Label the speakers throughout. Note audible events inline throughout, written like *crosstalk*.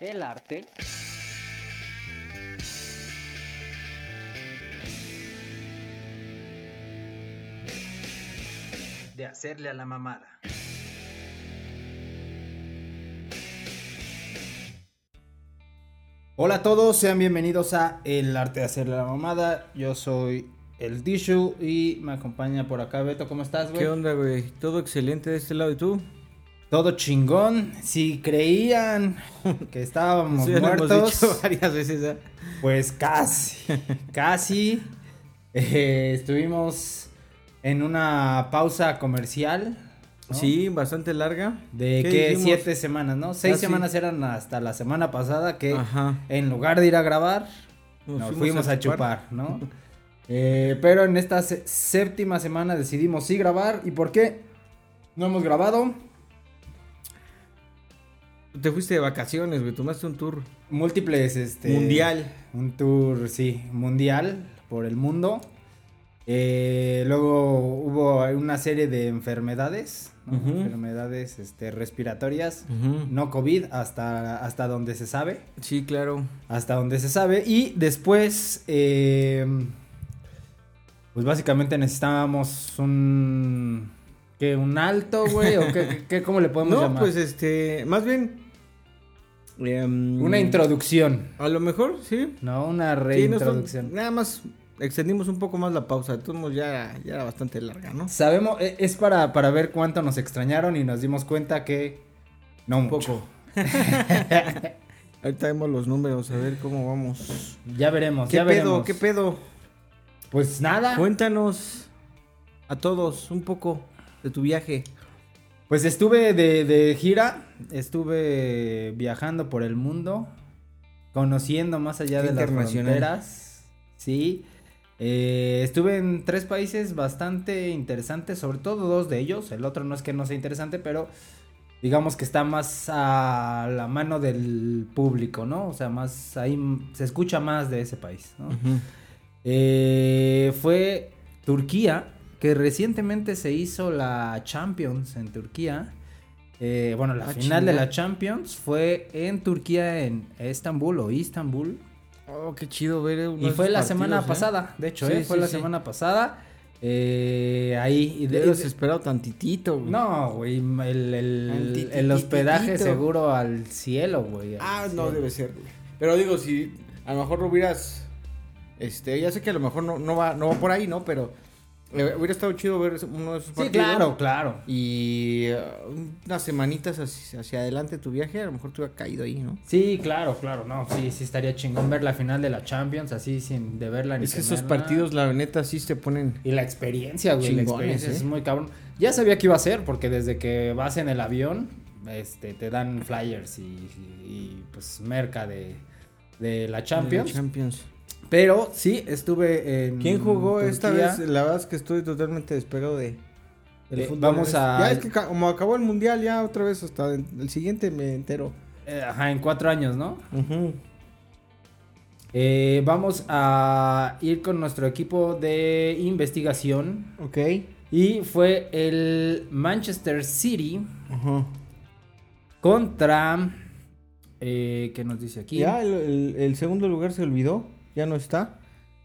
Speaker 1: el arte.
Speaker 2: De hacerle a la mamada.
Speaker 3: Hola a todos, sean bienvenidos a El Arte de Hacerle la Mamada. Yo soy el Dishu y me acompaña por acá Beto. ¿Cómo estás, Pues, güey?
Speaker 4: ¿Qué onda, güey? ¿Todo excelente de este lado y tú?
Speaker 3: Todo chingón. Si
Speaker 4: *laughs*
Speaker 3: creían que estábamos
Speaker 4: Sí, lo hemos dicho
Speaker 3: muertos,
Speaker 4: varias veces. ¿eh?
Speaker 3: *laughs* pues casi, casi eh, estuvimos en una pausa comercial. ¿no?
Speaker 4: Sí, bastante larga.
Speaker 3: De
Speaker 4: ¿Qué
Speaker 3: que
Speaker 4: dijimos?
Speaker 3: siete semanas, ¿no? Seis
Speaker 4: Ah, sí.
Speaker 3: semanas eran hasta la semana pasada que
Speaker 4: Ajá.
Speaker 3: en lugar de ir a grabar, nos, fuimos a chupar, ¿no? *laughs* Eh, pero en esta se- séptima semana decidimos sí grabar. ¿Y por qué? No hemos grabado.
Speaker 4: Te fuiste de vacaciones, güey. Tomaste un tour
Speaker 3: Múltiples, este.
Speaker 4: mundial.
Speaker 3: Un tour, sí, mundial por el mundo. Eh, luego hubo una serie de enfermedades, ¿no?
Speaker 4: Ujú.
Speaker 3: enfermedades este, respiratorias,
Speaker 4: Ujú.
Speaker 3: no COVID, hasta, hasta donde se sabe.
Speaker 4: Sí, claro.
Speaker 3: Hasta donde se sabe. Y después, eh, pues básicamente necesitábamos un... ¿Qué? ¿Un alto, güey? ¿O qué,
Speaker 4: *laughs*
Speaker 3: qué- qué- cómo le podemos
Speaker 4: No,
Speaker 3: llamar?
Speaker 4: pues este, más bien. em,
Speaker 3: Una introducción,
Speaker 4: A lo mejor, sí.
Speaker 3: ¿no? Una
Speaker 4: Sí, no fue-
Speaker 3: reintroducción.
Speaker 4: nada más extendimos un poco más la pausa. De todos modos, ya, ya era bastante larga, ¿no?
Speaker 3: Sabemos, e- es para, para ver cuánto nos extrañaron y nos dimos cuenta que... No
Speaker 4: Un
Speaker 3: mucho.
Speaker 4: poco. Ahorita vemos los números, a ver cómo vamos.
Speaker 3: Ya veremos,
Speaker 4: ¿Qué
Speaker 3: ya
Speaker 4: pedo?
Speaker 3: veremos.
Speaker 4: ¿Qué pedo?
Speaker 3: Pues nada.
Speaker 4: Cuéntanos a todos un poco de tu viaje.
Speaker 3: Pues estuve de, de gira, estuve viajando por el mundo, conociendo más allá
Speaker 4: Qué
Speaker 3: de las
Speaker 4: internacional.
Speaker 3: fronteras. Sí. Eh, estuve en tres países bastante interesantes, sobre todo dos de ellos. El otro no es que no sea interesante, pero digamos que está más a la mano del público, ¿no? O sea, más ahí m- se escucha más de ese país, ¿no? Eh, fue Turquía, que recientemente se hizo la Champions en Turquía. Eh, bueno, la
Speaker 4: Ah,
Speaker 3: final de
Speaker 4: chinga.
Speaker 3: la Champions fue en Turquía, en Estambul o Istambul.
Speaker 4: Oh, qué chido ver.
Speaker 3: Y fue la semana pasada, de hecho,
Speaker 4: ¿eh? Sí,
Speaker 3: eh, fue
Speaker 4: sí,
Speaker 3: la
Speaker 4: sí.
Speaker 3: semana pasada. Eh, ahí. y de-
Speaker 4: Te hubieras esperado tantitito, güey.
Speaker 3: no, güey, el, el-
Speaker 4: Tantitititito.
Speaker 3: el hospedaje seguro al cielo, güey. al
Speaker 4: Ah, no
Speaker 3: cielo.
Speaker 4: debe ser, güey. Pero digo, si a lo mejor lo hubieras. Este, ya sé que a lo mejor no, no va, no va por ahí, ¿no? Pero eh, hubiera estado chido ver uno de esos
Speaker 3: Sí,
Speaker 4: partidos.
Speaker 3: claro, claro.
Speaker 4: Y eh, unas semanitas hacia, hacia adelante tu viaje, a lo mejor te hubiera caído ahí, ¿no?
Speaker 3: Sí, claro, claro, no, sí, sí estaría chingón ver la final de la Champions así sin de verla ni
Speaker 4: Es que esos
Speaker 3: temerla.
Speaker 4: partidos, la neta, sí se ponen.
Speaker 3: y la experiencia, güey, la
Speaker 4: Chingones,
Speaker 3: experiencia
Speaker 4: ¿eh?
Speaker 3: es muy cabrón. Ya sabía que iba a ser porque desde que vas en el avión, este, te dan flyers y, y, pues merca de, de la Champions.
Speaker 4: Champions.
Speaker 3: Pero sí estuve en
Speaker 4: ¿Quién jugó esta
Speaker 3: Turquía.
Speaker 4: vez? La verdad es que estoy totalmente despegado de. del
Speaker 3: Eh,
Speaker 4: fútbol.
Speaker 3: vamos a-
Speaker 4: Ya es que ca- como acabó el mundial, ya otra vez hasta en- el siguiente me entero.
Speaker 3: Eh, ajá, en cuatro años, ¿no? Eh, vamos a ir con nuestro equipo de investigación
Speaker 4: Ok.
Speaker 3: Y fue el Manchester City
Speaker 4: Ajá.
Speaker 3: contra. Eh, ¿Qué nos dice aquí?
Speaker 4: Ya el, el- el segundo lugar se olvidó. Ya no está.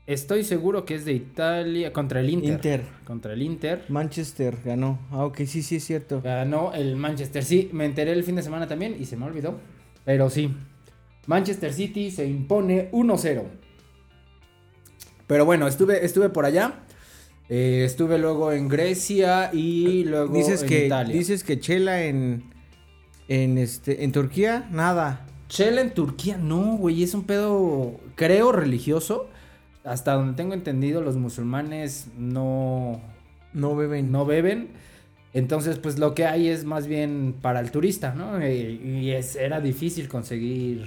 Speaker 3: Estoy seguro que es de Italia. Contra el Inter.
Speaker 4: Inter.
Speaker 3: Contra el Inter.
Speaker 4: Manchester ganó. Ah, ok, sí, sí, es cierto.
Speaker 3: Ganó el Manchester City. Me enteré el fin de semana también y se me olvidó. Pero sí. Manchester City se impone 1-0. Pero bueno, estuve, estuve por allá. Eh, estuve luego en Grecia y luego
Speaker 4: Dices
Speaker 3: en
Speaker 4: que,
Speaker 3: Italia.
Speaker 4: dices que Chela en. En, este, en Turquía, nada.
Speaker 3: Chela en Turquía, no, güey, es un pedo, creo, religioso. Hasta donde tengo entendido, los musulmanes no,
Speaker 4: No beben.
Speaker 3: no beben. Entonces, pues lo que hay es más bien para el turista, ¿no? Eh, Y es, era difícil conseguir,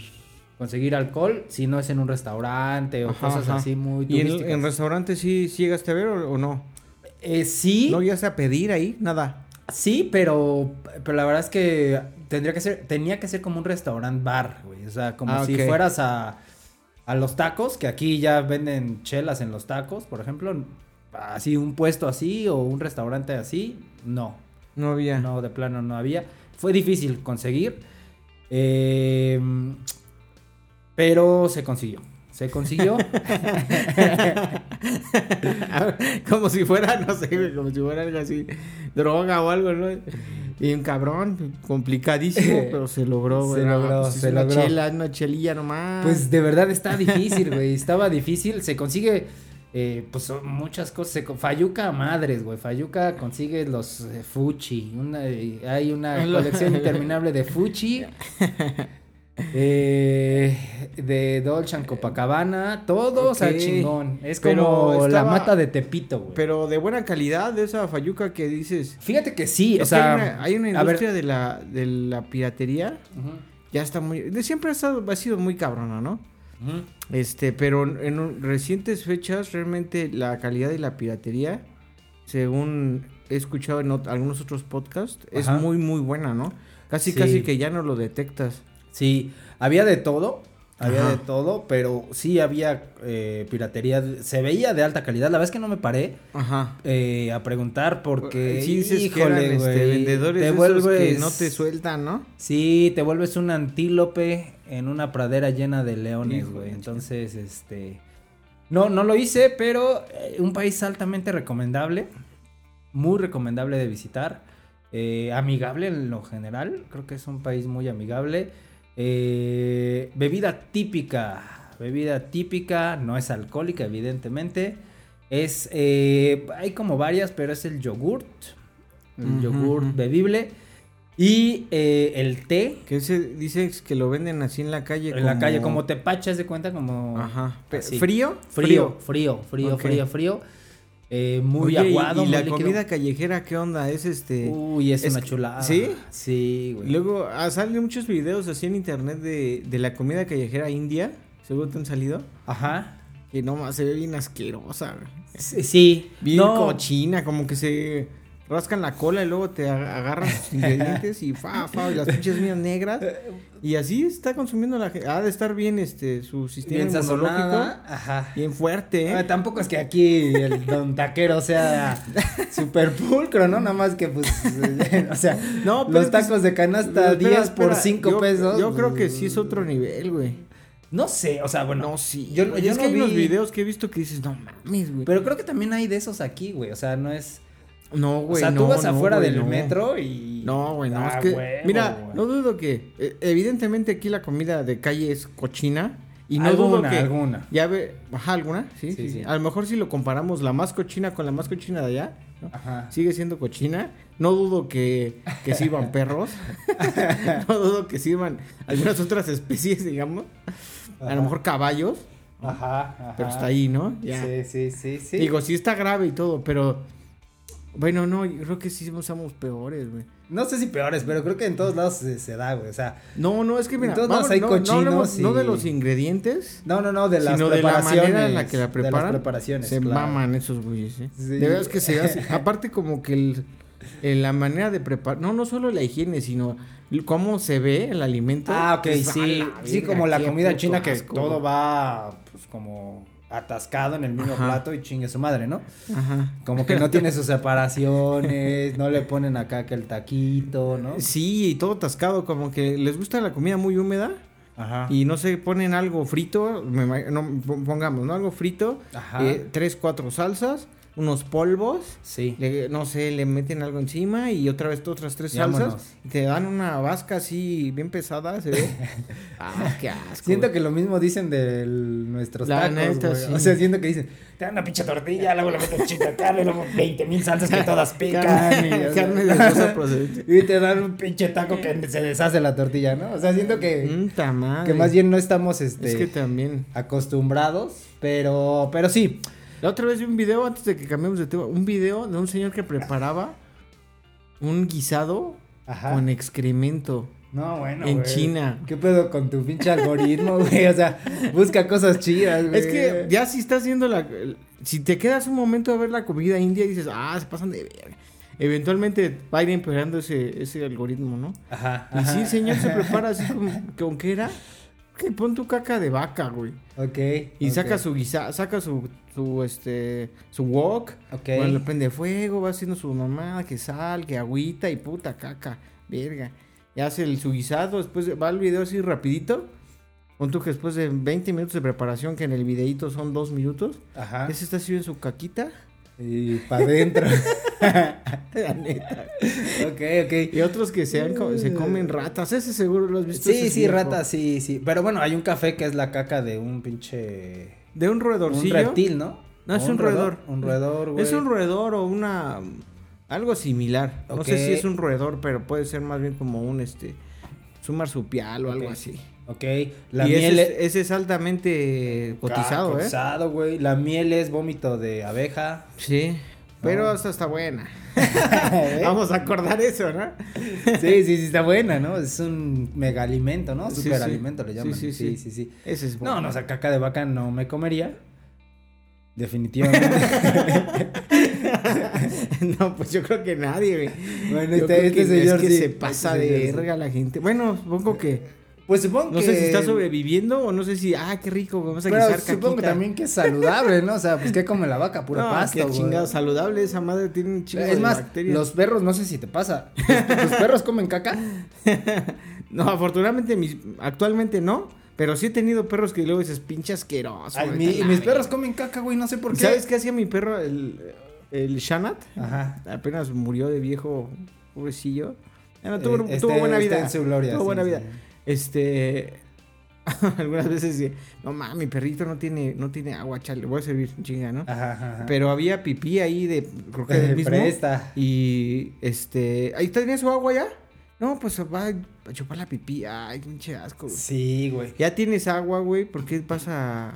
Speaker 3: conseguir alcohol si no es en un restaurante o
Speaker 4: Ajá,
Speaker 3: cosas
Speaker 4: ajá.
Speaker 3: así muy
Speaker 4: ¿Y en,
Speaker 3: turísticas.
Speaker 4: en restaurantes sí, sí llegaste a ver o, o no?
Speaker 3: Eh, sí,
Speaker 4: ¿No llegaste a pedir ahí? Nada.
Speaker 3: sí, pero, pero la verdad es que tendría que ser, tenía que ser como un restaurant bar, güey. O sea, como
Speaker 4: Ah,
Speaker 3: si
Speaker 4: ok.
Speaker 3: fueras a, a los tacos, que aquí ya venden chelas en los tacos, por ejemplo. Así, un puesto así o un restaurante así, no.
Speaker 4: No había.
Speaker 3: No, de plano no había. Fue difícil conseguir. Eh, Pero se consiguió. Se
Speaker 4: *laughs*
Speaker 3: consiguió.
Speaker 4: *laughs* como si fuera, no sé, güey, como si fuera algo así, droga o algo, ¿no? Y un cabrón,
Speaker 3: *laughs*
Speaker 4: complicadísimo, pero se logró, güey.
Speaker 3: Se
Speaker 4: no,
Speaker 3: logró,
Speaker 4: pues, es
Speaker 3: se
Speaker 4: una
Speaker 3: logró.
Speaker 4: chela, es una chelilla nomás.
Speaker 3: pues de verdad está difícil, güey. Estaba difícil. Se consigue. eh, pues son muchas cosas. Se co- Fayuca a madres, güey. Fayuca consigue los eh, Fuchi. Una, eh, hay una
Speaker 4: Lo-
Speaker 3: colección interminable de
Speaker 4: *laughs*
Speaker 3: Fuchi. eh, de Dolce and Copacabana. Todo, o sea,
Speaker 4: Ok.
Speaker 3: chingón. Es
Speaker 4: Pero
Speaker 3: como la
Speaker 4: estaba-
Speaker 3: mata de Tepito, güey.
Speaker 4: pero de buena calidad, de esa fayuca que dices.
Speaker 3: Fíjate que sí, o
Speaker 4: Es que
Speaker 3: sea.
Speaker 4: hay una, hay una
Speaker 3: a ver,
Speaker 4: industria de la, de la piratería.
Speaker 3: ujú,
Speaker 4: Ya está muy. de siempre ha, estado, ha sido muy cabrona, ¿no?
Speaker 3: ujú.
Speaker 4: Este, pero en- en un- recientes fechas, realmente la calidad de la piratería, según he escuchado en ot- algunos otros podcasts, es
Speaker 3: Ajá.
Speaker 4: muy, muy buena, ¿no? Casi,
Speaker 3: Sí.
Speaker 4: casi que ya no lo detectas.
Speaker 3: Sí, había de todo, había
Speaker 4: Ajá.
Speaker 3: de todo, pero sí había eh, piratería, de- se veía de alta calidad, la verdad es que no me paré
Speaker 4: Ajá.
Speaker 3: eh, a preguntar porque,
Speaker 4: Sí, dices que eran este,
Speaker 3: güey, te
Speaker 4: vendedores de esos
Speaker 3: vuelves-
Speaker 4: que no te sueltan, ¿no?
Speaker 3: Sí, te vuelves un antílope en una pradera llena de leones,
Speaker 4: Hijo
Speaker 3: güey,
Speaker 4: de la
Speaker 3: entonces, este, no, no lo hice, pero eh, un país altamente recomendable, muy recomendable de visitar, eh, amigable en lo general, creo que es un país muy amigable. Eh, bebida típica, bebida típica, no es alcohólica evidentemente, es, eh, hay como varias, pero es el yogurt, el
Speaker 4: Ujú,
Speaker 3: yogurt
Speaker 4: ujú.
Speaker 3: bebible y eh, el té
Speaker 4: Que ese, dices que lo venden así en la calle.
Speaker 3: en la calle, como tepacha, haz de cuenta, como...
Speaker 4: Ajá. Pe-
Speaker 3: así.
Speaker 4: ¿Frío?
Speaker 3: Frío, frío, frío,
Speaker 4: Ok.
Speaker 3: frío, frío. Eh, muy
Speaker 4: Oye, y-
Speaker 3: aguado,
Speaker 4: Y,
Speaker 3: muy
Speaker 4: la
Speaker 3: líquido.
Speaker 4: comida callejera, ¿qué onda? Es este.
Speaker 3: Uy, es,
Speaker 4: es
Speaker 3: una
Speaker 4: que-
Speaker 3: chulada.
Speaker 4: ¿Sí?
Speaker 3: Sí, güey.
Speaker 4: Luego ah, salen muchos videos así en internet de, de la comida callejera india. Seguro te han salido.
Speaker 3: Ajá.
Speaker 4: Que no más se ve bien asquerosa. güey.
Speaker 3: Sí, sí.
Speaker 4: Bien
Speaker 3: no,
Speaker 4: cochina, como que se rascan la cola y luego te ag-
Speaker 3: *laughs*
Speaker 4: agarran sus ingredientes y fa, fa, y las pinches mías negras. Y así está consumiendo la gente. Ha de estar bien este su sistema
Speaker 3: bien
Speaker 4: inmunológico.
Speaker 3: sazonada. Ajá.
Speaker 4: Bien fuerte,
Speaker 3: Ah,
Speaker 4: ¿eh?
Speaker 3: tampoco es que aquí el don taquero
Speaker 4: *laughs*
Speaker 3: sea super pulcro, ¿no? Nada más que pues, *laughs* o sea,
Speaker 4: No, pero
Speaker 3: los
Speaker 4: es que-
Speaker 3: tacos de canasta
Speaker 4: Espera,
Speaker 3: 10 por
Speaker 4: espera,
Speaker 3: 5
Speaker 4: yo-
Speaker 3: pesos. mm,
Speaker 4: Yo creo que sí es otro nivel, güey.
Speaker 3: No sé, o sea, bueno.
Speaker 4: no, sí.
Speaker 3: yo-
Speaker 4: güey.
Speaker 3: yo
Speaker 4: es
Speaker 3: no
Speaker 4: que hay unos
Speaker 3: vi-
Speaker 4: videos que he visto que dices, no mames, güey.
Speaker 3: Pero creo que también hay de esos aquí, güey. O sea, no es.
Speaker 4: No, güey.
Speaker 3: o sea, tú
Speaker 4: no,
Speaker 3: vas
Speaker 4: no,
Speaker 3: afuera
Speaker 4: güey,
Speaker 3: del
Speaker 4: no.
Speaker 3: metro y.
Speaker 4: No, güey, no.
Speaker 3: Ah,
Speaker 4: es que,
Speaker 3: huevo,
Speaker 4: mira,
Speaker 3: güey.
Speaker 4: no dudo que. eh, evidentemente aquí la comida de calle es cochina. Y no dudo
Speaker 3: alguna,
Speaker 4: que.
Speaker 3: alguna.
Speaker 4: Ya ve. Ajá, alguna. Sí,
Speaker 3: Sí,
Speaker 4: sí, ah,
Speaker 3: sí.
Speaker 4: sí. A lo mejor si lo comparamos la más cochina con la más cochina de allá. ¿no?
Speaker 3: Ajá.
Speaker 4: Sigue siendo cochina. No dudo que, que sirvan
Speaker 3: *laughs*
Speaker 4: perros. no dudo que sirvan algunas otras especies, digamos. A
Speaker 3: Ajá.
Speaker 4: lo mejor caballos.
Speaker 3: Ajá, ajá.
Speaker 4: Pero está ahí, ¿no? Ya.
Speaker 3: Sí, sí, sí, sí.
Speaker 4: Digo, sí está grave y todo, pero. Bueno, no, yo creo que sí somos peores, güey.
Speaker 3: no sé si peores, pero creo que en todos lados se, se da, güey. O sea,
Speaker 4: No, no, es que mira,
Speaker 3: En todos lados
Speaker 4: vamos,
Speaker 3: hay
Speaker 4: no, no
Speaker 3: cochinos
Speaker 4: hablemos- no de
Speaker 3: y-
Speaker 4: los ingredientes,
Speaker 3: no, no, no, de las
Speaker 4: sino de la
Speaker 3: preparaciones.
Speaker 4: manera en la que la preparan.
Speaker 3: De las preparaciones.
Speaker 4: se
Speaker 3: claro.
Speaker 4: maman esos güeyes, ¿eh?
Speaker 3: Sí.
Speaker 4: De verdad es que
Speaker 3: *laughs*
Speaker 4: se hace, aparte como que el- el- la manera de preparar, no, no solo la higiene, sino el- cómo se ve el alimento.
Speaker 3: Ah, ok,
Speaker 4: Dices, Pues, "A
Speaker 3: sí.
Speaker 4: la
Speaker 3: Sí,
Speaker 4: verga,
Speaker 3: como la
Speaker 4: qué
Speaker 3: comida
Speaker 4: puto
Speaker 3: china que
Speaker 4: asco,
Speaker 3: todo
Speaker 4: güey".
Speaker 3: va, pues, como atascado en el mismo
Speaker 4: Ajá.
Speaker 3: plato y chingue su madre, ¿no?
Speaker 4: Ajá.
Speaker 3: Como que no
Speaker 4: *laughs*
Speaker 3: tiene sus separaciones, no le ponen acá que el taquito, ¿no?
Speaker 4: Sí, y todo atascado, como que les gusta la comida muy húmeda.
Speaker 3: Ajá.
Speaker 4: y no se ponen algo frito, me ima- no, po- pongamos, ¿no? Algo frito,
Speaker 3: Ajá.
Speaker 4: eh, tres, cuatro salsas, unos polvos,
Speaker 3: Sí.
Speaker 4: le- no sé, le meten algo encima y otra vez otras tres
Speaker 3: Vámonos.
Speaker 4: salsas, y te dan una vasca así bien pesada, se ve.
Speaker 3: *laughs*
Speaker 4: ah, qué asco.
Speaker 3: Siento
Speaker 4: güey.
Speaker 3: que lo mismo dicen de nuestros
Speaker 4: La
Speaker 3: tacos,
Speaker 4: neta,
Speaker 3: güey.
Speaker 4: sí.
Speaker 3: O sea, siento que dicen, te dan una pinche tortilla, luego le meten chita carne, luego 20 mil salsas que
Speaker 4: *laughs*
Speaker 3: todas pican. y, o sea,
Speaker 4: Carne de
Speaker 3: *laughs*
Speaker 4: sosa procedente.
Speaker 3: y te dan un pinche taco que se deshace la tortilla, ¿no? O sea, siento que,
Speaker 4: Mm, ta madre.
Speaker 3: que más bien no estamos este,
Speaker 4: Es que también.
Speaker 3: acostumbrados, pero, pero sí.
Speaker 4: La otra vez vi un video, antes de que cambiemos de tema, un video de un señor que preparaba un guisado
Speaker 3: Ajá.
Speaker 4: con excremento.
Speaker 3: No, bueno.
Speaker 4: En
Speaker 3: güey.
Speaker 4: China.
Speaker 3: ¿Qué pedo con tu pinche algoritmo, *laughs* güey? O sea, busca cosas chidas, güey.
Speaker 4: Es que ya si estás viendo la... el- Si te quedas un momento a ver la comida india y dices, ah, se pasan de verga. Eventualmente va a ir empeorando ese, ese algoritmo, ¿no?
Speaker 3: Ajá.
Speaker 4: Y sí,
Speaker 3: ajá.
Speaker 4: el señor
Speaker 3: *laughs*
Speaker 4: se prepara así con, ¿con qué era. Que pon tu caca de vaca, güey.
Speaker 3: Ok.
Speaker 4: Y
Speaker 3: ok.
Speaker 4: saca su guisa, saca su, su, este, su wok.
Speaker 3: Ok.
Speaker 4: Bueno, le prende fuego, va haciendo su mamada, que sal, que agüita y puta caca, verga. Y hace el, su guisado, después va el video así rapidito. Pon tú que después de 20 minutos de preparación, que en el videíto son dos minutos,
Speaker 3: Ajá.
Speaker 4: ese está así en su caquita. *laughs*
Speaker 3: Y para adentro.
Speaker 4: La neta.
Speaker 3: ok, ok.
Speaker 4: Y otros que se, han co- se comen ratas, ese seguro lo has visto. ese
Speaker 3: Sí,
Speaker 4: Pues es
Speaker 3: sí,
Speaker 4: viejo.
Speaker 3: rata, sí, sí. Pero bueno, hay un café que es la caca de un pinche.
Speaker 4: De un
Speaker 3: Un
Speaker 4: roedorcillo.
Speaker 3: reptil, ¿no?
Speaker 4: No, es
Speaker 3: ¿O
Speaker 4: un roedor.
Speaker 3: Un roedor, güey.
Speaker 4: Es un roedor o una. Algo similar. No sé
Speaker 3: Ok.
Speaker 4: si es un roedor, pero puede ser más bien como un este. Su marsupial o algo
Speaker 3: Ok.
Speaker 4: así.
Speaker 3: Ok. La
Speaker 4: y
Speaker 3: miel e-
Speaker 4: ese, es, ese es altamente cotizado,
Speaker 3: Ca-
Speaker 4: ¿eh?
Speaker 3: Cotizado, güey. La miel es vómito de abeja.
Speaker 4: Sí. Pero
Speaker 3: No.
Speaker 4: esta está buena. *laughs* Vamos a acordar eso, ¿no?
Speaker 3: *laughs* Sí, sí, sí, está buena, ¿no? Es un megalimento, ¿no?
Speaker 4: Sí, sí.
Speaker 3: Superalimento le
Speaker 4: Sí,
Speaker 3: llaman.
Speaker 4: sí, sí.
Speaker 3: sí, sí.
Speaker 4: Ese es bueno.
Speaker 3: No, no, o sea, caca de vaca no me comería. Definitivamente.
Speaker 4: *laughs* no, pues yo creo que nadie, güey.
Speaker 3: *laughs* bueno,
Speaker 4: Yo
Speaker 3: este,
Speaker 4: creo
Speaker 3: este
Speaker 4: que
Speaker 3: señor
Speaker 4: es que
Speaker 3: sí.
Speaker 4: se pasa
Speaker 3: Este
Speaker 4: de
Speaker 3: señor sí.
Speaker 4: verga la gente. Bueno, supongo que
Speaker 3: Pues supongo
Speaker 4: no
Speaker 3: que.
Speaker 4: sé si está sobreviviendo o no sé si ah, qué rico, vamos a
Speaker 3: Pero
Speaker 4: guisar
Speaker 3: supongo que
Speaker 4: caquita.
Speaker 3: también que es saludable, ¿no? O sea, pues que come la vaca, pura
Speaker 4: No,
Speaker 3: pasta,
Speaker 4: qué
Speaker 3: güey.
Speaker 4: chingado saludable esa madre tiene un chingo
Speaker 3: Es
Speaker 4: de
Speaker 3: más,
Speaker 4: bacterias.
Speaker 3: los perros, no sé si te pasa. ¿Tus, tus perros comen *laughs* caca?
Speaker 4: *laughs* No, afortunadamente mis actualmente no, pero sí he tenido perros que luego dices pinche asqueroso.
Speaker 3: Ay,
Speaker 4: vete
Speaker 3: mi-
Speaker 4: a la
Speaker 3: mis
Speaker 4: verga".
Speaker 3: perros comen caca, güey, no sé por qué.
Speaker 4: ¿Sabes qué hacía mi perro el el Shanat?
Speaker 3: Ajá.
Speaker 4: Apenas murió de viejo, pobrecillo. Ya no,
Speaker 3: Eh,
Speaker 4: tuvo, tuvo
Speaker 3: esté-
Speaker 4: buena
Speaker 3: esté
Speaker 4: vida.
Speaker 3: en su gloria,
Speaker 4: tuvo
Speaker 3: sí,
Speaker 4: buena
Speaker 3: sí.
Speaker 4: vida. Este. *laughs* algunas veces sí, no mames, mi perrito no tiene, no tiene agua, chale, le voy a servir chinga, ¿no?
Speaker 3: Ajá, ajá. ajá.
Speaker 4: Pero había pipí ahí de, creo que del mismo.
Speaker 3: Presta.
Speaker 4: Y este, ahí tenía su agua ya. No, pues va a chupar la pipí. Ay, pinche asco. güey.
Speaker 3: Sí, güey.
Speaker 4: Ya tienes agua, güey, ¿por qué vas a...?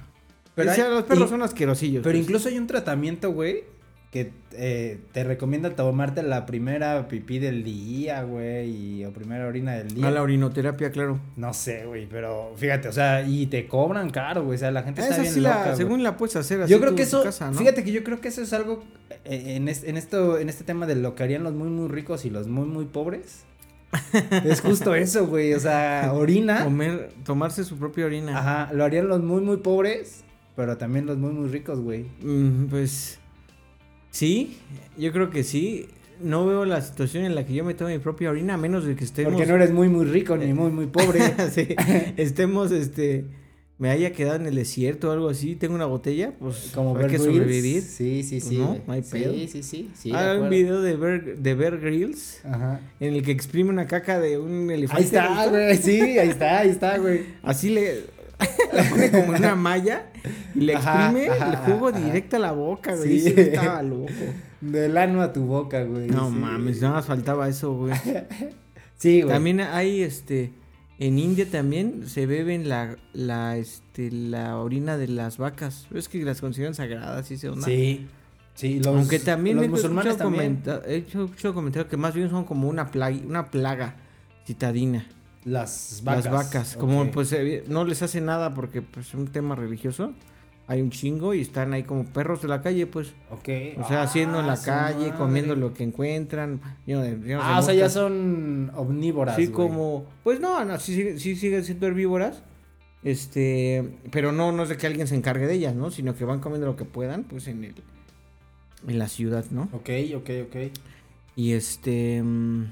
Speaker 3: Pero
Speaker 4: Pero
Speaker 3: hay-
Speaker 4: los perros
Speaker 3: y-
Speaker 4: son asquerosillos.
Speaker 3: Pero
Speaker 4: pues.
Speaker 3: incluso hay un tratamiento, güey, que eh, te recomienda tomarte la primera pipí del día, güey, y- o primera orina del día.
Speaker 4: A la orinoterapia, claro.
Speaker 3: No sé, güey, pero fíjate, o sea, y te cobran caro, güey, o sea, la gente está
Speaker 4: Ah, Esa
Speaker 3: bien
Speaker 4: sí
Speaker 3: loca,
Speaker 4: la,
Speaker 3: güey.
Speaker 4: según la puedes hacer así
Speaker 3: yo creo
Speaker 4: tú
Speaker 3: que
Speaker 4: en tu
Speaker 3: eso,
Speaker 4: casa, ¿no?
Speaker 3: fíjate que yo creo que eso es algo eh, en, es- en esto, en este tema de lo que harían los muy muy ricos y los muy muy pobres. es
Speaker 4: *laughs*
Speaker 3: justo eso, güey, o sea, orina.
Speaker 4: Comer, tomarse su propia orina.
Speaker 3: Ajá, lo harían los muy, muy pobres, pero también los muy, muy ricos, güey.
Speaker 4: Mm, pues sí, yo creo que sí. No veo la situación en la que yo me tome mi propia orina, a menos de que estemos...
Speaker 3: Porque no eres muy, muy rico
Speaker 4: Eh,
Speaker 3: ni muy, muy
Speaker 4: *laughs*
Speaker 3: pobre.
Speaker 4: Sí, estemos, este, me haya quedado en el desierto o algo así, tengo una botella, pues
Speaker 3: Como
Speaker 4: hay
Speaker 3: Bear
Speaker 4: que
Speaker 3: Grylls.
Speaker 4: sobrevivir.
Speaker 3: Sí, sí,
Speaker 4: Pues
Speaker 3: sí.
Speaker 4: no,
Speaker 3: güey.
Speaker 4: no hay
Speaker 3: sí,
Speaker 4: pedo.
Speaker 3: sí, sí, sí, de
Speaker 4: Ah, un
Speaker 3: acuerdo.
Speaker 4: video de Bear, de Bear Grylls
Speaker 3: Ajá.
Speaker 4: en el que exprime una caca de un elefante.
Speaker 3: Ahí
Speaker 4: ¿no?
Speaker 3: está, güey. Sí, ahí está, ahí está, güey.
Speaker 4: Así le *laughs* la pone como en una malla y le
Speaker 3: Ajá,
Speaker 4: exprime
Speaker 3: ajá,
Speaker 4: el jugo
Speaker 3: ajá.
Speaker 4: directo a la boca, güey.
Speaker 3: Sí.
Speaker 4: Sí.
Speaker 3: *laughs*
Speaker 4: Estaba loco.
Speaker 3: Del ano a tu boca, güey.
Speaker 4: No
Speaker 3: sí.
Speaker 4: mames, nada más faltaba eso, güey.
Speaker 3: Sí, güey.
Speaker 4: También hay este en India también se beben la la este la orina de las vacas. Es que las consideran sagradas y se onda.
Speaker 3: Sí. Sí, los,
Speaker 4: Aunque también
Speaker 3: los
Speaker 4: he
Speaker 3: musulmanes
Speaker 4: escuchado
Speaker 3: también.
Speaker 4: comenta- he hecho- escuchado comentarios que más bien son como una plaga, una plaga citadina.
Speaker 3: Las vacas.
Speaker 4: Las vacas, como
Speaker 3: ok.
Speaker 4: pues eh, no les hace nada porque pues es un tema religioso. Hay un chingo y están ahí como perros de la calle, pues.
Speaker 3: Ok.
Speaker 4: O sea, haciendo en
Speaker 3: Ah,
Speaker 4: la
Speaker 3: su
Speaker 4: calle,
Speaker 3: madre.
Speaker 4: comiendo lo que encuentran. lleno de- lleno de
Speaker 3: Ah, o sea, ya
Speaker 4: moscas.
Speaker 3: son omnívoras.
Speaker 4: Sí,
Speaker 3: güey.
Speaker 4: como. Pues no, no, sí, sigue- sí siguen siendo herbívoras. Este. Pero no, no es de que alguien se encargue de ellas, ¿no? Sino que van comiendo lo que puedan, pues en el. En la ciudad, ¿no?
Speaker 3: Ok, ok, ok.
Speaker 4: Y este. mm,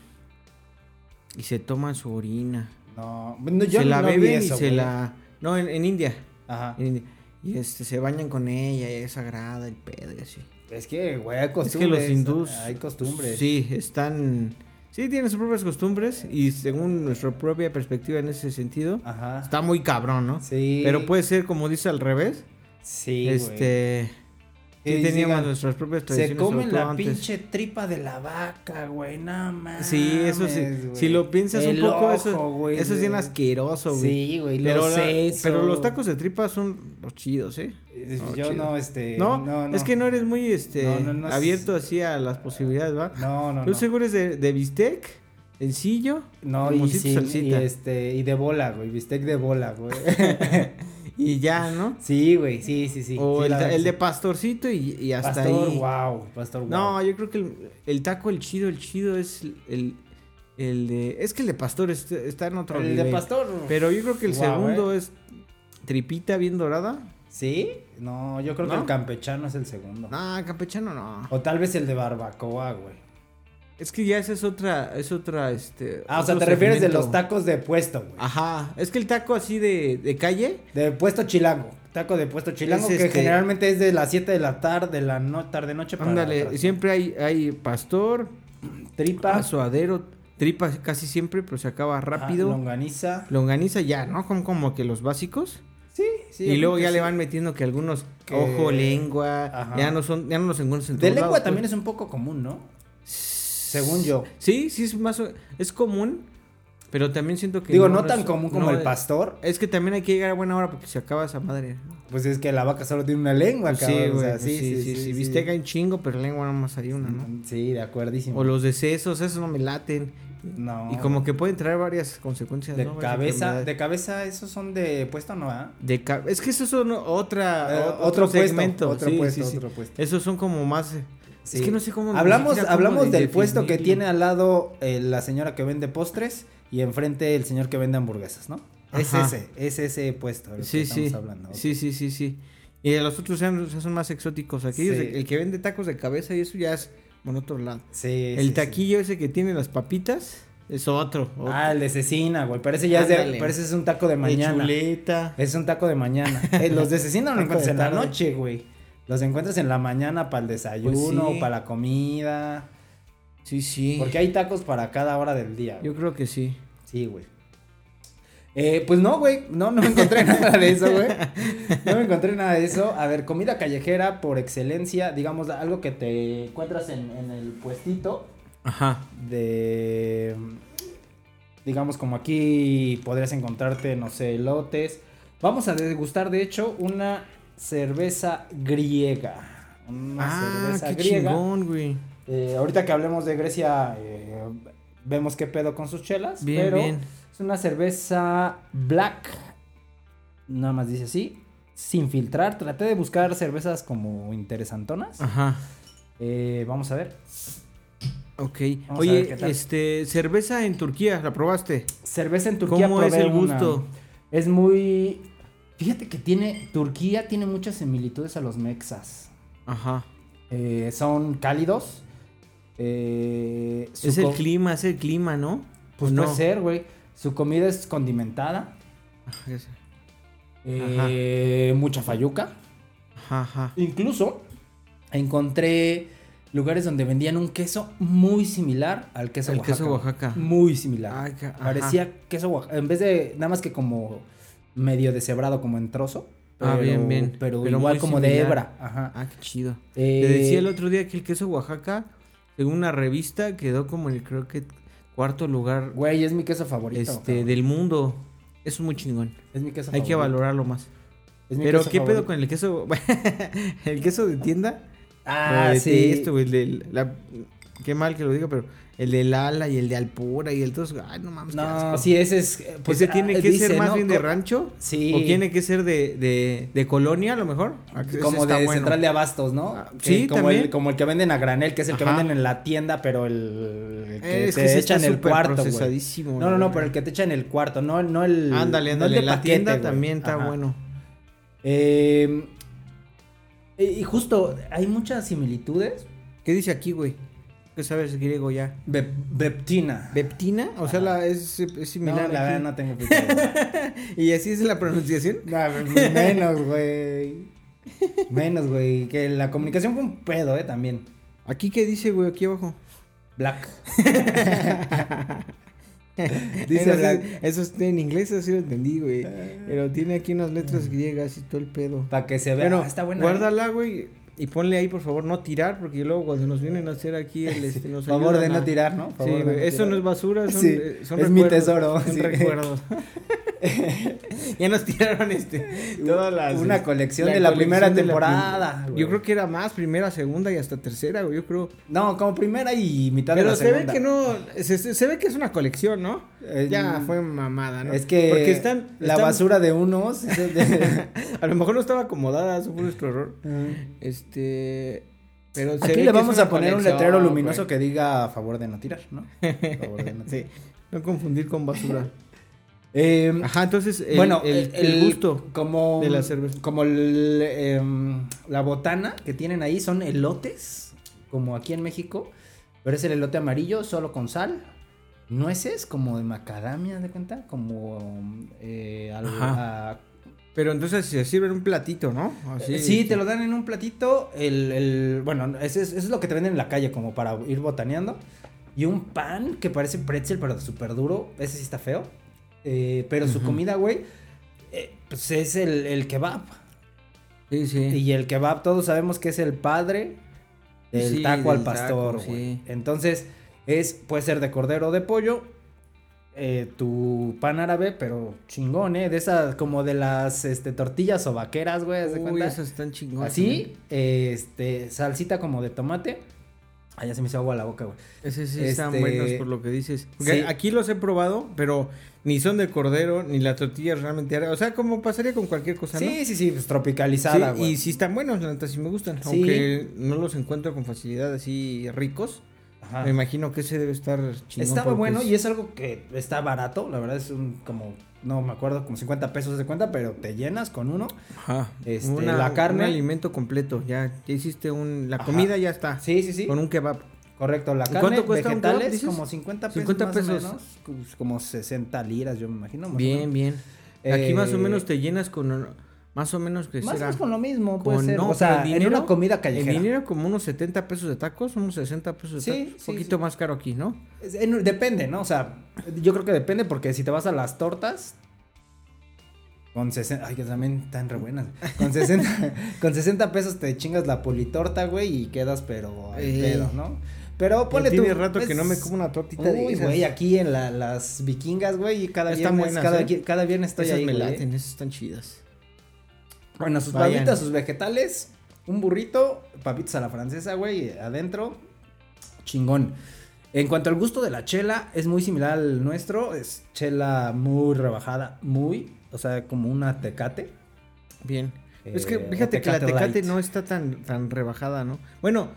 Speaker 4: Y se toman su orina.
Speaker 3: No, bueno, yo
Speaker 4: se la
Speaker 3: no vi
Speaker 4: beben
Speaker 3: eso,
Speaker 4: y se
Speaker 3: güey.
Speaker 4: la. No, en, en India.
Speaker 3: Ajá.
Speaker 4: en India. Y este, se bañan con ella, y es sagrada, el pedo y así.
Speaker 3: Es que, güey, hay
Speaker 4: Es
Speaker 3: costumbres.
Speaker 4: que los hindús.
Speaker 3: Hay costumbres.
Speaker 4: Sí, están. Sí, tienen sus propias costumbres y según nuestra propia perspectiva en ese sentido,
Speaker 3: Ajá.
Speaker 4: está muy cabrón, ¿no?
Speaker 3: Sí.
Speaker 4: Pero puede ser, como dice, al revés.
Speaker 3: Sí, güey.
Speaker 4: este.
Speaker 3: Que
Speaker 4: Sí, teníamos
Speaker 3: digan,
Speaker 4: nuestras propias
Speaker 3: Se
Speaker 4: tradiciones. sobre
Speaker 3: comen
Speaker 4: todo
Speaker 3: la
Speaker 4: antes".
Speaker 3: pinche tripa de la vaca, güey. No mames.
Speaker 4: Sí, eso sí.
Speaker 3: güey.
Speaker 4: Si lo piensas
Speaker 3: El
Speaker 4: un poco,
Speaker 3: ojo,
Speaker 4: eso,
Speaker 3: güey,
Speaker 4: eso es
Speaker 3: de-
Speaker 4: bien asqueroso, güey.
Speaker 3: Sí, güey.
Speaker 4: Pero,
Speaker 3: los
Speaker 4: la-
Speaker 3: sesos.
Speaker 4: pero los tacos de tripa son los chidos, ¿eh?
Speaker 3: Eh,
Speaker 4: No,
Speaker 3: Yo
Speaker 4: chido.
Speaker 3: no, este.
Speaker 4: ¿No?
Speaker 3: No, no.
Speaker 4: es que no eres muy este
Speaker 3: No, no, no es-
Speaker 4: abierto así a las posibilidades, ¿va?
Speaker 3: No, no.
Speaker 4: Tú
Speaker 3: no.
Speaker 4: seguro es de, de bistec, sencillo,
Speaker 3: No, y,
Speaker 4: limoncito,
Speaker 3: sí, y
Speaker 4: salsita. Y,
Speaker 3: este, y de bola, güey, bistec de bola, güey. *laughs*
Speaker 4: ya, ¿no?
Speaker 3: sí, güey, sí, sí, sí.
Speaker 4: o
Speaker 3: sí,
Speaker 4: el,
Speaker 3: la
Speaker 4: ta-
Speaker 3: verdad,
Speaker 4: el de
Speaker 3: sí.
Speaker 4: pastorcito y, y hasta
Speaker 3: Pastor,
Speaker 4: ahí.
Speaker 3: wow, pastor, wow.
Speaker 4: No, yo creo que el, el taco, el chido, el chido es el, el de... Es que el de pastor es- está en otro
Speaker 3: el
Speaker 4: nivel.
Speaker 3: de pastor.
Speaker 4: Pero yo creo que el
Speaker 3: Guau, eh.
Speaker 4: segundo es tripita bien dorada.
Speaker 3: ¿Sí? No, yo creo que
Speaker 4: ¿No?
Speaker 3: el campechano es el segundo.
Speaker 4: No, campechano no.
Speaker 3: O tal vez el de barbacoa, güey.
Speaker 4: Es que ya esa es otra, es otra, este.
Speaker 3: Ah, o sea, te
Speaker 4: otro
Speaker 3: refieres de
Speaker 4: segmento.
Speaker 3: los tacos de puesto, güey.
Speaker 4: Ajá, es que el taco así de, de calle,
Speaker 3: De puesto chilango. Taco de puesto chilango,
Speaker 4: Es
Speaker 3: que
Speaker 4: este-
Speaker 3: generalmente es de las 7 de la tarde, la no, tarde noche para
Speaker 4: ándale,
Speaker 3: atrás.
Speaker 4: siempre hay, hay pastor,
Speaker 3: tripa,
Speaker 4: pa- suadero, tripa casi siempre, pero se acaba
Speaker 3: ajá,
Speaker 4: rápido.
Speaker 3: longaniza.
Speaker 4: Longaniza ya, ¿no? Como, como que los básicos.
Speaker 3: Sí, sí.
Speaker 4: y luego ya le
Speaker 3: van
Speaker 4: van metiendo que algunos
Speaker 3: Que-
Speaker 4: ojo, lengua,
Speaker 3: Ajá.
Speaker 4: ya no son, ya no los encuentras en
Speaker 3: De
Speaker 4: todos
Speaker 3: lengua
Speaker 4: lados,
Speaker 3: también
Speaker 4: pues.
Speaker 3: es un poco común, ¿no? Según yo.
Speaker 4: Sí, sí es más, o- es común, pero también siento que
Speaker 3: Digo, no, tan
Speaker 4: es-
Speaker 3: común como
Speaker 4: no
Speaker 3: el
Speaker 4: es-
Speaker 3: pastor.
Speaker 4: Es que también hay que llegar a buena hora porque se acaba esa madre.
Speaker 3: Pues es que la vaca solo tiene una lengua,
Speaker 4: Pues sí,
Speaker 3: cabrón. o
Speaker 4: güey,
Speaker 3: sea,
Speaker 4: pues sí, sí, sí, Bistec hay un chingo, pero lengua nomás hay una, ¿no?
Speaker 3: Sí, de acuerdísimo.
Speaker 4: O los decesos, esos no me laten.
Speaker 3: No.
Speaker 4: Y como que pueden traer varias consecuencias,
Speaker 3: de
Speaker 4: ¿no? Varias
Speaker 3: cabeza,
Speaker 4: enfermedades.
Speaker 3: de cabeza, esos son de puesto, ¿no? ah?
Speaker 4: De ca- Es que eso es uno- otra,
Speaker 3: Eh,
Speaker 4: o-
Speaker 3: otro puesto, otro puesto, otro puesto.
Speaker 4: Esos son como más. eh,
Speaker 3: Sí.
Speaker 4: Es que no sé cómo. ni
Speaker 3: Hablamos,
Speaker 4: siquiera cómo
Speaker 3: hablamos
Speaker 4: de-
Speaker 3: del puesto que
Speaker 4: definirlo.
Speaker 3: tiene al lado eh, la señora que vende postres y enfrente el señor que vende hamburguesas, ¿no? Es
Speaker 4: Ajá.
Speaker 3: ese, es ese puesto. del que
Speaker 4: Sí,
Speaker 3: estamos
Speaker 4: sí.
Speaker 3: hablando. ok.
Speaker 4: Sí, sí, sí, sí. Y los otros sean- son más exóticos. Aquellos,
Speaker 3: Sí.
Speaker 4: de- el que vende tacos de cabeza y eso ya es por otro lado.
Speaker 3: Sí,
Speaker 4: el
Speaker 3: sí, sí.
Speaker 4: taquillo ese que tiene las papitas es otro. otro.
Speaker 3: Ah, el de cecina, güey. Parece ya es de,
Speaker 4: Ándale.
Speaker 3: parece es un taco de
Speaker 4: De
Speaker 3: mañana.
Speaker 4: chuleta.
Speaker 3: Es un taco de mañana.
Speaker 4: *laughs*
Speaker 3: Eh, los de cecina no los
Speaker 4: Taco de
Speaker 3: encuentras en la
Speaker 4: tarde.
Speaker 3: noche, güey. Los encuentras en la mañana para el desayuno,
Speaker 4: Pues sí.
Speaker 3: para la comida.
Speaker 4: Sí, sí.
Speaker 3: Porque hay tacos para cada hora del día. güey.
Speaker 4: Yo creo que sí.
Speaker 3: Sí, güey. Eh, pues no, güey. No, no me encontré *laughs* nada de eso, güey. No me encontré nada de eso. A ver, comida callejera por excelencia, digamos, algo que te encuentras en, en el puestito
Speaker 4: Ajá.
Speaker 3: de. Digamos, como aquí podrías encontrarte, no sé, lotes. Vamos a degustar, de hecho, una cerveza griega. Una
Speaker 4: Ah,
Speaker 3: cerveza
Speaker 4: qué
Speaker 3: griega.
Speaker 4: chingón, güey.
Speaker 3: Eh, ahorita que hablemos de Grecia, eh, vemos qué pedo con sus chelas.
Speaker 4: Bien,
Speaker 3: pero
Speaker 4: bien.
Speaker 3: es una cerveza black. Nada más dice así. Sin filtrar. Traté de buscar cervezas como interesantonas.
Speaker 4: Ajá.
Speaker 3: Eh, vamos a ver. Vamos a
Speaker 4: Ok.
Speaker 3: ver
Speaker 4: Oye,
Speaker 3: qué tal.
Speaker 4: este, cerveza en Turquía, ¿la probaste?
Speaker 3: Cerveza en Turquía.
Speaker 4: ¿Cómo es
Speaker 3: probé
Speaker 4: el
Speaker 3: una.
Speaker 4: gusto?
Speaker 3: Es muy. Fíjate que tiene. Turquía tiene muchas similitudes a los mexas.
Speaker 4: Ajá.
Speaker 3: Eh, son cálidos. Eh, su
Speaker 4: Es el
Speaker 3: co-
Speaker 4: clima, es el clima, ¿no?
Speaker 3: Pues
Speaker 4: ¿O no.
Speaker 3: puede ser, güey. Su comida es condimentada.
Speaker 4: Ajá, es-
Speaker 3: eh, mucha fayuca.
Speaker 4: Ajá, ajá.
Speaker 3: Incluso encontré lugares donde vendían un queso muy similar al queso
Speaker 4: El
Speaker 3: Oaxaca.
Speaker 4: queso
Speaker 3: güey.
Speaker 4: Oaxaca.
Speaker 3: Muy similar.
Speaker 4: Ay, ca- ajá.
Speaker 3: Parecía queso Oaxaca. En vez de nada más que como medio deshebrado, como en trozo.
Speaker 4: Ah, bien, bien.
Speaker 3: Pero,
Speaker 4: Pero
Speaker 3: igual
Speaker 4: muy
Speaker 3: como de
Speaker 4: similar.
Speaker 3: hebra. Ajá.
Speaker 4: Ah, qué chido.
Speaker 3: Eh,
Speaker 4: Te decía el otro día que el queso Oaxaca, según una revista, quedó como en el creo que cuarto lugar
Speaker 3: Güey, es mi queso favorito.
Speaker 4: este,
Speaker 3: cabrón.
Speaker 4: del mundo. Eso es muy chingón.
Speaker 3: Es mi queso
Speaker 4: Hay que
Speaker 3: favorito.
Speaker 4: valorarlo más.
Speaker 3: Es mi
Speaker 4: Pero,
Speaker 3: queso
Speaker 4: ¿qué pedo
Speaker 3: favorito.
Speaker 4: con el queso? *laughs* el queso de tienda.
Speaker 3: Ah, sí.
Speaker 4: Esto, este, güey, el de la- Qué mal que lo diga, pero el del ala y el de alpura y el todo. eso, Ay, no mames. qué
Speaker 3: No,
Speaker 4: asco.
Speaker 3: sí, ese es.
Speaker 4: Pues se
Speaker 3: ah,
Speaker 4: tiene que
Speaker 3: dice,
Speaker 4: ser más
Speaker 3: ¿no?
Speaker 4: bien de
Speaker 3: Co-
Speaker 4: rancho.
Speaker 3: Sí.
Speaker 4: O tiene que ser de, de, de colonia, a lo mejor. Ah, Ese
Speaker 3: Como
Speaker 4: está
Speaker 3: de
Speaker 4: bueno.
Speaker 3: central de abastos, ¿no?
Speaker 4: Ah,
Speaker 3: Que
Speaker 4: sí,
Speaker 3: como
Speaker 4: también.
Speaker 3: El, como el que venden a granel, que es el que
Speaker 4: Ajá.
Speaker 3: venden en la tienda, pero el, el que
Speaker 4: Eh, es
Speaker 3: te
Speaker 4: que sí está
Speaker 3: echa en el
Speaker 4: súper
Speaker 3: cuarto, güey.
Speaker 4: procesadísimo.
Speaker 3: No, no, no,
Speaker 4: güey.
Speaker 3: pero el que te echa en el cuarto, no, no el.
Speaker 4: Ándale,
Speaker 3: no el
Speaker 4: ándale.
Speaker 3: de
Speaker 4: la
Speaker 3: paquete,
Speaker 4: tienda
Speaker 3: güey.
Speaker 4: también está
Speaker 3: Ajá.
Speaker 4: bueno.
Speaker 3: Eh, y eh, y justo, hay muchas similitudes.
Speaker 4: ¿Qué dice aquí, güey? Que sabes griego ya.
Speaker 3: Be- Beptina.
Speaker 4: ¿Beptina? O sea, la, es, es
Speaker 3: no,
Speaker 4: similar.
Speaker 3: la verdad
Speaker 4: aquí.
Speaker 3: no tengo
Speaker 4: *laughs*
Speaker 3: idea.
Speaker 4: ¿Y así es la pronunciación? pues,
Speaker 3: menos, güey. Menos, güey. Que la comunicación fue un pedo, eh, también.
Speaker 4: ¿Aquí qué dice, güey?
Speaker 3: *laughs*
Speaker 4: Aquí abajo. *laughs*
Speaker 3: Black.
Speaker 4: Dice
Speaker 3: Dice Black.
Speaker 4: Eso está en inglés, así lo entendí, güey. Pero tiene aquí unas letras griegas y todo el pedo.
Speaker 3: Para que se vea.
Speaker 4: Bueno,
Speaker 3: Ah, Ah. está buena.
Speaker 4: guárdala, güey. Y ponle ahí, por favor, no tirar, porque luego cuando nos vienen a hacer aquí el...
Speaker 3: *laughs*
Speaker 4: Este,
Speaker 3: Por
Speaker 4: nos
Speaker 3: favor de
Speaker 4: ayudan
Speaker 3: no
Speaker 4: a-
Speaker 3: tirar, ¿no? Favor
Speaker 4: sí,
Speaker 3: de
Speaker 4: güey, eso
Speaker 3: tirar.
Speaker 4: no es basura, son,
Speaker 3: Sí,
Speaker 4: eh, son
Speaker 3: es mi
Speaker 4: recuerdos,
Speaker 3: tesoro,
Speaker 4: son
Speaker 3: sí.
Speaker 4: recuerdos.
Speaker 3: *laughs*
Speaker 4: *laughs* ya nos tiraron este todas las
Speaker 3: Una colección de la
Speaker 4: colección
Speaker 3: primera
Speaker 4: de la
Speaker 3: temporada,
Speaker 4: prim-
Speaker 3: güey.
Speaker 4: Yo creo que era más, primera, segunda y hasta tercera, güey, yo creo.
Speaker 3: No, como primera y mitad de
Speaker 4: Pero
Speaker 3: la
Speaker 4: se ve
Speaker 3: segunda.
Speaker 4: que no se, se- se ve que es una colección, ¿no?
Speaker 3: Eh,
Speaker 4: ya
Speaker 3: mm,
Speaker 4: fue mamada, ¿no?
Speaker 3: Es que
Speaker 4: porque están
Speaker 3: la
Speaker 4: están- Pues
Speaker 3: basura de unos. es el de-
Speaker 4: *laughs*
Speaker 3: *laughs*
Speaker 4: A lo mejor no estaba acomodada, eso fue nuestro error. Este pero se ve
Speaker 3: Aquí
Speaker 4: que
Speaker 3: le
Speaker 4: es
Speaker 3: vamos
Speaker 4: una
Speaker 3: a poner un
Speaker 4: colección,
Speaker 3: letrero luminoso
Speaker 4: güey.
Speaker 3: que diga a favor de no tirar, ¿no? A favor
Speaker 4: *laughs*
Speaker 3: de no
Speaker 4: Sí.
Speaker 3: tirar.
Speaker 4: No confundir con basura.
Speaker 3: Eh,
Speaker 4: Ajá, entonces el,
Speaker 3: bueno,
Speaker 4: el, el gusto.
Speaker 3: como
Speaker 4: de la cerveza.
Speaker 3: como el, em, la botana que tienen ahí son elotes, como aquí en México, Pero es el elote amarillo solo con sal, nueces como de macadamia, ¿de cuenta? Como eh, algo-
Speaker 4: Ajá.
Speaker 3: a-
Speaker 4: Pero entonces se sirve en un platito, ¿no?
Speaker 3: Sí, te lo dan en un platito. El, el- bueno, ese es, eso es lo que te venden en la calle, como para ir botaneando. Y un pan que parece pretzel, pero súper duro. Ese sí está feo. Eh, pero su
Speaker 4: Ujú.
Speaker 3: comida, güey, eh, pues es el, el kebab.
Speaker 4: Sí, sí.
Speaker 3: Y el kebab, todos sabemos que es el padre del
Speaker 4: Sí,
Speaker 3: taco al
Speaker 4: del taco,
Speaker 3: pastor, güey.
Speaker 4: sí.
Speaker 3: Entonces, es, puede ser de cordero o de pollo. eh, tu pan árabe, pero chingón, ¿eh? De esas, como de las este, tortillas o vaqueras, güey. ¿haz de
Speaker 4: Uy,
Speaker 3: cuenta? ¿Ah,
Speaker 4: esas están chingonas. ¿eh?
Speaker 3: Así, este, salsita como de tomate. Allá se me hizo agua la boca, güey.
Speaker 4: Ese sí están
Speaker 3: Este,
Speaker 4: buenos por lo que dices. Porque
Speaker 3: sí.
Speaker 4: aquí los he probado, pero ni son de cordero, ni la tortilla es realmente árabe. O sea, como pasaría con cualquier cosa, ¿no?
Speaker 3: Sí, sí, sí, pues tropicalizada,
Speaker 4: Sí,
Speaker 3: güey.
Speaker 4: y sí están buenos, la neta sí me gustan.
Speaker 3: Sí.
Speaker 4: Aunque no los encuentro con facilidad así ricos.
Speaker 3: Ajá.
Speaker 4: Me imagino que ese debe estar chingón.
Speaker 3: Ah. Estaba
Speaker 4: porque
Speaker 3: bueno
Speaker 4: es-
Speaker 3: y es algo que está barato, la verdad es un como, no me acuerdo, como 50 pesos de cuenta, pero te llenas con uno.
Speaker 4: Ajá.
Speaker 3: este,
Speaker 4: Una-
Speaker 3: la carne-
Speaker 4: Un alimento completo, ya, ya hiciste un... La
Speaker 3: Ajá.
Speaker 4: comida ya está.
Speaker 3: Sí, sí, sí.
Speaker 4: Con un kebab.
Speaker 3: Correcto, la
Speaker 4: ¿Y
Speaker 3: carne,
Speaker 4: cuánto cuesta un kebab,
Speaker 3: vegetales,
Speaker 4: dices?
Speaker 3: como 50 pesos
Speaker 4: 50
Speaker 3: más
Speaker 4: pesos.
Speaker 3: o menos, pues, como 60 liras, yo me imagino. más o
Speaker 4: Bien,
Speaker 3: menos.
Speaker 4: bien. Aquí más o
Speaker 3: Eh,
Speaker 4: menos te llenas con... Más o menos que
Speaker 3: Más o
Speaker 4: será-
Speaker 3: menos con lo mismo,
Speaker 4: Con-
Speaker 3: puede ser,
Speaker 4: no,
Speaker 3: o sea,
Speaker 4: pero el
Speaker 3: en
Speaker 4: dinero-
Speaker 3: una comida
Speaker 4: El
Speaker 3: callejera.
Speaker 4: dinero como unos 70 pesos de tacos, unos 60 pesos de
Speaker 3: Sí,
Speaker 4: tacos.
Speaker 3: sí,
Speaker 4: Un poquito
Speaker 3: sí.
Speaker 4: más caro aquí, ¿no?
Speaker 3: Es- en- depende, ¿no? O sea, yo creo que depende porque si te vas a las tortas con 60, ay, que también están re buenas.
Speaker 4: *laughs*
Speaker 3: Con 60 con 60 pesos te chingas la politorta, güey, y quedas pero al
Speaker 4: Ey.
Speaker 3: pedo, ¿no? Pero ponle
Speaker 4: tiene
Speaker 3: tú,
Speaker 4: rato que
Speaker 3: es-
Speaker 4: no me como una tortita de
Speaker 3: Uy,
Speaker 4: esas.
Speaker 3: güey, aquí en la- las vikingas, güey, y cada
Speaker 4: Están
Speaker 3: viernes,
Speaker 4: buenas,
Speaker 3: cada,
Speaker 4: ¿eh?
Speaker 3: qui- cada viernes estoy
Speaker 4: esas
Speaker 3: ahí,
Speaker 4: me
Speaker 3: güey. eh.
Speaker 4: laten, esas están chidas.
Speaker 3: Bueno, sus
Speaker 4: Vayan.
Speaker 3: papitas, sus vegetales, un burrito, papitas a la francesa, güey, adentro. Chingón. En cuanto al gusto de la chela, es muy similar al nuestro. Es chela muy rebajada, muy. O sea, como una tecate.
Speaker 4: Bien. es que
Speaker 3: Eh, o
Speaker 4: fíjate que la
Speaker 3: Tecate
Speaker 4: Tecate
Speaker 3: Light.
Speaker 4: no está tan, tan rebajada, ¿no? Bueno,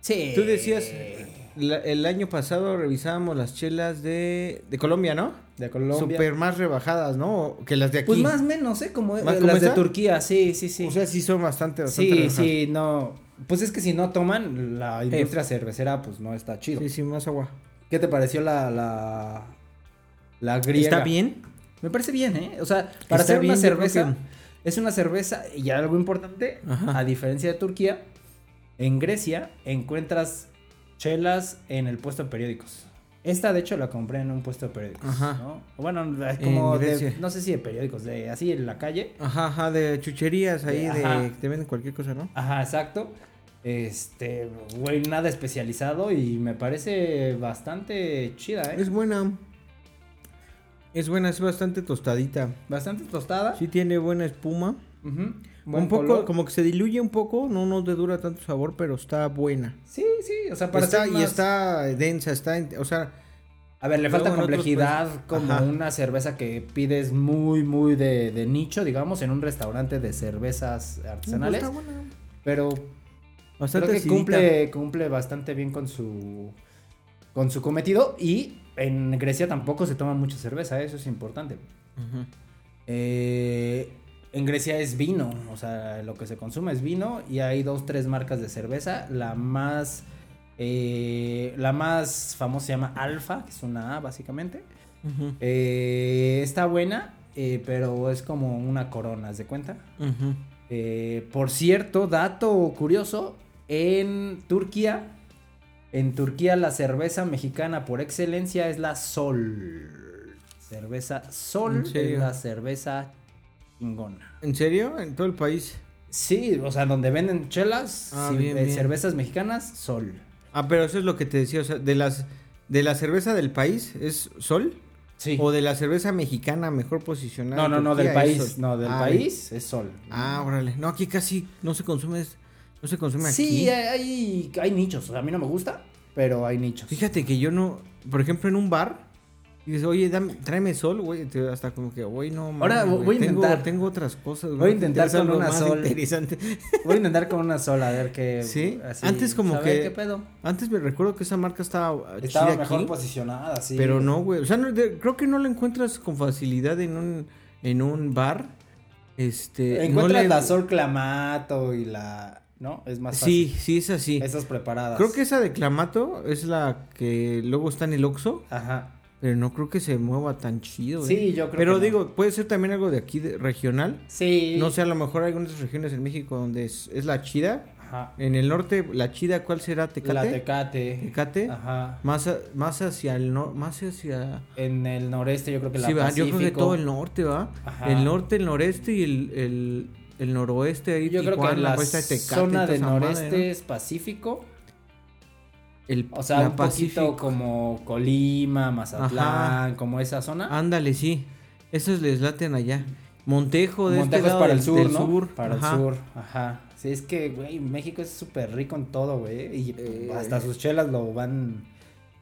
Speaker 3: Sí.
Speaker 4: tú decías,
Speaker 3: Eh.
Speaker 4: la- el año pasado revisábamos las chelas de, de Colombia, ¿no?
Speaker 3: De Colombia.
Speaker 4: Super más rebajadas, ¿no? Que las de aquí.
Speaker 3: Pues más o menos, ¿eh? Como, eh,
Speaker 4: ¿Más
Speaker 3: las
Speaker 4: como
Speaker 3: de
Speaker 4: esa?
Speaker 3: Turquía, sí, sí, sí.
Speaker 4: O sea, sí son bastante, bastante
Speaker 3: sí,
Speaker 4: rebajadas.
Speaker 3: sí, no. Pues es que si no toman, la industria cervecera, pues no está chido.
Speaker 4: Sí, sí, más agua.
Speaker 3: ¿Qué te pareció la, la, la griega?
Speaker 4: ¿Está bien?
Speaker 3: Me parece bien, ¿eh? O sea, para
Speaker 4: Está
Speaker 3: hacer una
Speaker 4: bien, yo creo
Speaker 3: cerveza,
Speaker 4: que-
Speaker 3: es una cerveza, y algo importante,
Speaker 4: Ajá.
Speaker 3: a diferencia de Turquía, en Grecia encuentras chelas en el puesto de periódicos. Esta, de hecho, la compré en un puesto de periódicos,
Speaker 4: Ajá.
Speaker 3: ¿no? Bueno, la-
Speaker 4: En
Speaker 3: como de,
Speaker 4: Grecia.
Speaker 3: no sé si de periódicos, de así en la calle.
Speaker 4: Ajá, ajá, de chucherías ahí, de,
Speaker 3: Ajá.
Speaker 4: que te venden cualquier cosa, ¿no?
Speaker 3: Ajá, exacto. Este, güey, nada especializado y me parece bastante chida, ¿eh?
Speaker 4: Es buena. Es buena, es bastante tostadita.
Speaker 3: Bastante tostada.
Speaker 4: Sí tiene buena espuma.
Speaker 3: Ujú.
Speaker 4: un
Speaker 3: Buen
Speaker 4: poco,
Speaker 3: color.
Speaker 4: como que se diluye un poco, no, no te dura tanto sabor, pero está buena.
Speaker 3: Sí, sí, o sea, para
Speaker 4: Está-
Speaker 3: ser
Speaker 4: Y
Speaker 3: más-
Speaker 4: está densa, está, en- o sea,
Speaker 3: A ver, le
Speaker 4: Luego
Speaker 3: falta
Speaker 4: en otros
Speaker 3: complejidad
Speaker 4: países.
Speaker 3: como
Speaker 4: Ajá.
Speaker 3: una cerveza que pides muy, muy de, de nicho, digamos, en un restaurante de cervezas artesanales.
Speaker 4: está buena.
Speaker 3: Pero
Speaker 4: Bastante
Speaker 3: creo que
Speaker 4: acidita.
Speaker 3: cumple, cumple bastante bien con su, con su cometido. Y en Grecia tampoco se toma mucha cerveza, ¿eh? eso es importante.
Speaker 4: Ujú.
Speaker 3: Eh, en Grecia es vino, o sea, lo que se consume es vino y hay dos, tres marcas de cerveza. La más, eh, la más famosa se llama Alfa, que es una A básicamente.
Speaker 4: Ujú.
Speaker 3: Eh, está buena, eh, pero es como una corona, ¿haz de cuenta?
Speaker 4: Ujú.
Speaker 3: Eh, por cierto, dato curioso, en Turquía, en Turquía la cerveza mexicana por excelencia es la Sol. Cerveza
Speaker 4: ¿En
Speaker 3: Sol
Speaker 4: serio?
Speaker 3: es la cerveza chingona.
Speaker 4: ¿En serio? En todo el país.
Speaker 3: Sí, o sea, donde venden chelas,
Speaker 4: Ah,
Speaker 3: sí,
Speaker 4: bien,
Speaker 3: eh,
Speaker 4: bien.
Speaker 3: cervezas mexicanas, Sol.
Speaker 4: Ah, pero eso es lo que te decía, o sea, de las de la cerveza del país es Sol
Speaker 3: Sí.
Speaker 4: o de la cerveza mexicana mejor posicionada.
Speaker 3: No,
Speaker 4: en
Speaker 3: no, no, del
Speaker 4: Turquía es
Speaker 3: país,
Speaker 4: Sol?
Speaker 3: no, del
Speaker 4: Ah, bien.
Speaker 3: país es Sol.
Speaker 4: Ah, órale. No, aquí casi no se consume, es- no se consume aquí.
Speaker 3: Sí, eh. hay, hay nichos. o sea, a mí no me gusta, pero hay nichos.
Speaker 4: Fíjate que yo no, por ejemplo, en un bar, dices, oye, dame, tráeme sol, güey, te- hasta como que, güey, no, mames,
Speaker 3: Ahora
Speaker 4: güey,
Speaker 3: voy a
Speaker 4: tengo-
Speaker 3: intentar.
Speaker 4: Tengo otras cosas,
Speaker 3: Voy a
Speaker 4: ¿te
Speaker 3: intentar
Speaker 4: interesa
Speaker 3: con
Speaker 4: algo
Speaker 3: una
Speaker 4: más
Speaker 3: Sol.
Speaker 4: interesante?
Speaker 3: Voy a intentar con una sola, a ver qué.
Speaker 4: Sí, antes como
Speaker 3: saber
Speaker 4: que-
Speaker 3: ¿Qué pedo?
Speaker 4: Antes me recuerdo que esa marca estaba ah,
Speaker 3: Estaba
Speaker 4: chida
Speaker 3: mejor
Speaker 4: aquí,
Speaker 3: posicionada, sí.
Speaker 4: pero no, güey, o sea, no- de- creo que no la encuentras con facilidad en un, en un bar, este. no
Speaker 3: Encuentras
Speaker 4: le-
Speaker 3: la Sol Clamato y la. ¿no? Es más fácil.
Speaker 4: Sí, sí, es así.
Speaker 3: Esas preparadas.
Speaker 4: Creo que esa de clamato es la que luego está en el Oxxo,
Speaker 3: Ajá.
Speaker 4: pero no creo que se mueva tan chido.
Speaker 3: Sí,
Speaker 4: ¿eh?
Speaker 3: yo creo
Speaker 4: Pero
Speaker 3: que no.
Speaker 4: digo, puede ser también algo de aquí de- regional.
Speaker 3: Sí.
Speaker 4: No sé, a lo mejor hay algunas regiones en México donde es, es la chida.
Speaker 3: Ajá.
Speaker 4: En el norte, la chida, ¿cuál será? ¿Tecate?
Speaker 3: La tecate.
Speaker 4: Tecate.
Speaker 3: Ajá.
Speaker 4: Más, a- más hacia el norte, más hacia...
Speaker 3: En el noreste yo creo que la
Speaker 4: Sí, ¿verdad? yo creo que
Speaker 3: Pacífico.
Speaker 4: todo el norte, ¿va?
Speaker 3: Ajá.
Speaker 4: El norte, el noreste y el, el, el noroeste. Ahí,
Speaker 3: Yo creo que
Speaker 4: Tijuana,
Speaker 3: la
Speaker 4: Puesta de Tecate,
Speaker 3: zona
Speaker 4: toda
Speaker 3: del
Speaker 4: esa madre,
Speaker 3: noreste
Speaker 4: ¿no?
Speaker 3: es Pacífico.
Speaker 4: El,
Speaker 3: O sea,
Speaker 4: la
Speaker 3: un
Speaker 4: Pacífico.
Speaker 3: poquito como Colima, Mazatlán, como esa zona.
Speaker 4: Ándale, sí. Esos les laten allá. Montejo, de
Speaker 3: Montejo
Speaker 4: este
Speaker 3: es
Speaker 4: lado
Speaker 3: para el
Speaker 4: del-
Speaker 3: sur,
Speaker 4: del
Speaker 3: ¿no?
Speaker 4: sur,
Speaker 3: Para
Speaker 4: ajá.
Speaker 3: el sur, ajá. Sí, es que, güey, México es súper rico en todo, güey. Y
Speaker 4: Eh.
Speaker 3: hasta sus chelas lo van...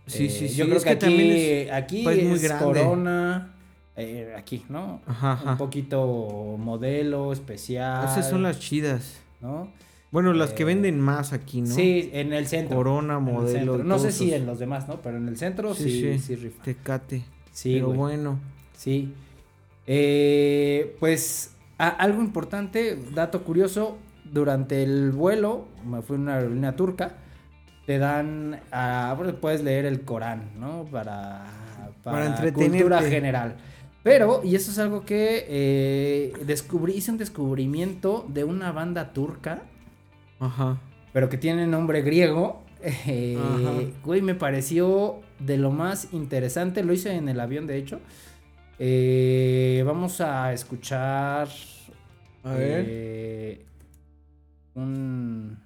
Speaker 4: Sí,
Speaker 3: eh,
Speaker 4: sí, sí.
Speaker 3: Yo creo
Speaker 4: es
Speaker 3: que, aquí,
Speaker 4: también es-
Speaker 3: aquí
Speaker 4: país muy
Speaker 3: es
Speaker 4: grande.
Speaker 3: Corona, eh, aquí, ¿no?
Speaker 4: Ajá,
Speaker 3: Un
Speaker 4: ajá.
Speaker 3: poquito modelo, especial.
Speaker 4: Esas son las chidas.
Speaker 3: ¿no?
Speaker 4: Bueno, las que
Speaker 3: Eh,
Speaker 4: venden más aquí, ¿no?
Speaker 3: Sí, en el centro.
Speaker 4: Corona,
Speaker 3: en el
Speaker 4: modelo.
Speaker 3: centro. No sé
Speaker 4: todos
Speaker 3: si
Speaker 4: esos.
Speaker 3: en los demás, ¿no? Pero en el centro
Speaker 4: Sí,
Speaker 3: sí, sí,
Speaker 4: sí.
Speaker 3: rifa.
Speaker 4: Tecate.
Speaker 3: Sí,
Speaker 4: Pero
Speaker 3: güey.
Speaker 4: bueno.
Speaker 3: Sí. Eh, pues a- algo importante, dato curioso, durante el vuelo, me fui en una aerolínea turca, te dan, ah, bueno, puedes leer el Corán, ¿no? Para,
Speaker 4: Para
Speaker 3: cultura
Speaker 4: entretenerte.
Speaker 3: general. Pero, y eso es algo que eh, descubrí, hice un descubrimiento de una banda turca,
Speaker 4: Ajá.
Speaker 3: pero que tiene nombre griego. Eh,
Speaker 4: Ajá.
Speaker 3: güey, me pareció de lo más interesante. Lo hice en el avión, de hecho. Eh, vamos a escuchar.
Speaker 4: A ver.
Speaker 3: eh, un.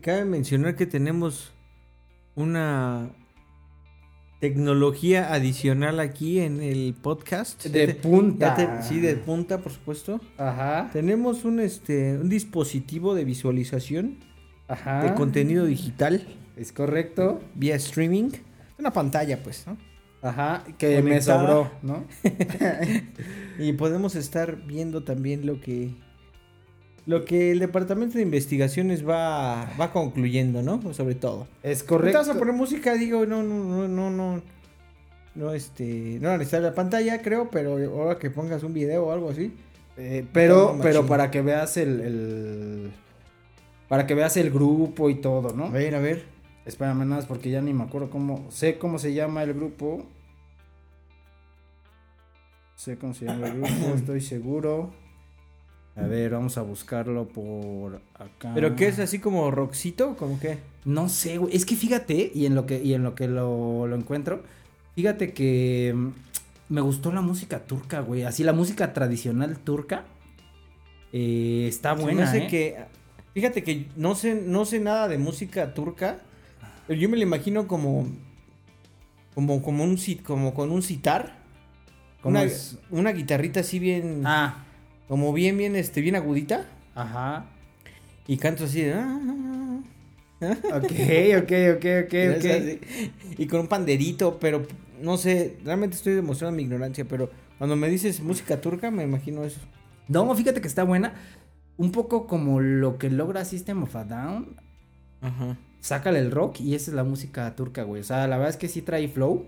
Speaker 4: Cabe mencionar que tenemos una tecnología adicional aquí en el podcast.
Speaker 3: De
Speaker 4: Ya te-
Speaker 3: punta.
Speaker 4: ya te- sí, de punta, por supuesto.
Speaker 3: Ajá.
Speaker 4: Tenemos un, este, un dispositivo de visualización
Speaker 3: Ajá.
Speaker 4: de contenido digital
Speaker 3: Es correcto.
Speaker 4: vía streaming. Una pantalla, pues, ¿no?
Speaker 3: Ajá. Que me
Speaker 4: Conectada.
Speaker 3: sobró, ¿no?
Speaker 4: Y podemos estar viendo también lo que. Lo que el departamento de investigaciones va, va concluyendo, ¿no? Sobre todo.
Speaker 3: Es
Speaker 4: Correcto.
Speaker 3: correcto.
Speaker 4: vas a poner música, digo, no, no, no, no, no. No, este. No necesitar la pantalla, creo, pero ahora que pongas un video o algo así.
Speaker 3: Eh, pero,
Speaker 4: Machín.
Speaker 3: pero para que veas el, el- Para que veas el grupo y todo, ¿no?
Speaker 4: A ver, a ver.
Speaker 3: Espérame nada, más porque ya ni me acuerdo cómo. Sé cómo se llama el grupo. Sé cómo se llama el
Speaker 4: *coughs*
Speaker 3: grupo, estoy seguro. A ver, vamos a buscarlo por acá.
Speaker 4: ¿Pero qué es así como rockcito? ¿Como qué?
Speaker 3: No sé, güey. Es que fíjate, y en lo que, y en lo que lo, lo encuentro, fíjate que mm, me gustó la música turca, güey. Así la música tradicional turca. eh, está
Speaker 4: Se me
Speaker 3: buena.
Speaker 4: hace
Speaker 3: ¿eh?
Speaker 4: que. Fíjate que no sé, no sé nada de música turca. Pero yo me la imagino como. Como, como un cit- como con un citar.
Speaker 3: ¿Cómo
Speaker 4: Una,
Speaker 3: es?
Speaker 4: una guitarrita así bien.
Speaker 3: Ah,
Speaker 4: Como bien, bien, este, bien agudita.
Speaker 3: ajá.
Speaker 4: Y canto así. de, "Ah".
Speaker 3: Ok, ok, ok,
Speaker 4: *laughs*
Speaker 3: ok,
Speaker 4: Es
Speaker 3: ok.
Speaker 4: así. Y con un panderito, pero no sé, realmente estoy demostrando mi ignorancia, pero cuando me dices música turca, me imagino eso.
Speaker 3: No, fíjate que está buena. Un poco como lo que logra System of a Down.
Speaker 4: Ajá.
Speaker 3: Sácale el rock y esa es la música turca, güey. O sea, la verdad es que sí trae flow.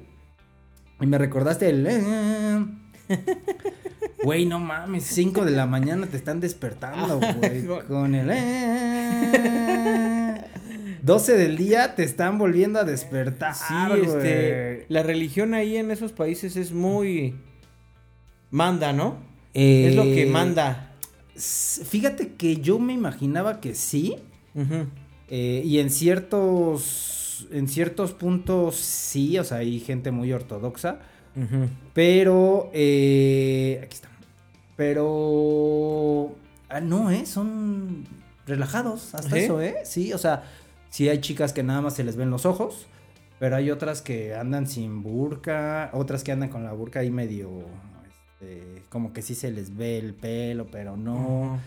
Speaker 3: Y me recordaste el. eh, Güey, no mames, 5 de la mañana te están despertando,
Speaker 4: Ah, *laughs*
Speaker 3: güey. Con el. eh, 12 del día te están volviendo a despertar.
Speaker 4: Sí,
Speaker 3: güey.
Speaker 4: este, la religión ahí en esos países es muy manda, ¿no? Es lo que
Speaker 3: Eh,
Speaker 4: manda.
Speaker 3: s- Fíjate que yo me imaginaba que sí.
Speaker 4: Ujú.
Speaker 3: Eh, y en ciertos, en ciertos puntos sí, o sea, hay gente muy ortodoxa, pero, eh, aquí está, pero, ah, no, ¿eh? Son relajados, hasta
Speaker 4: ¿Sí?
Speaker 3: eso, ¿eh? Sí, o sea, sí hay chicas que nada más se les ven los ojos, pero hay otras que andan sin burka, otras que andan con la burka ahí medio, este, como que sí se les ve el pelo, pero no.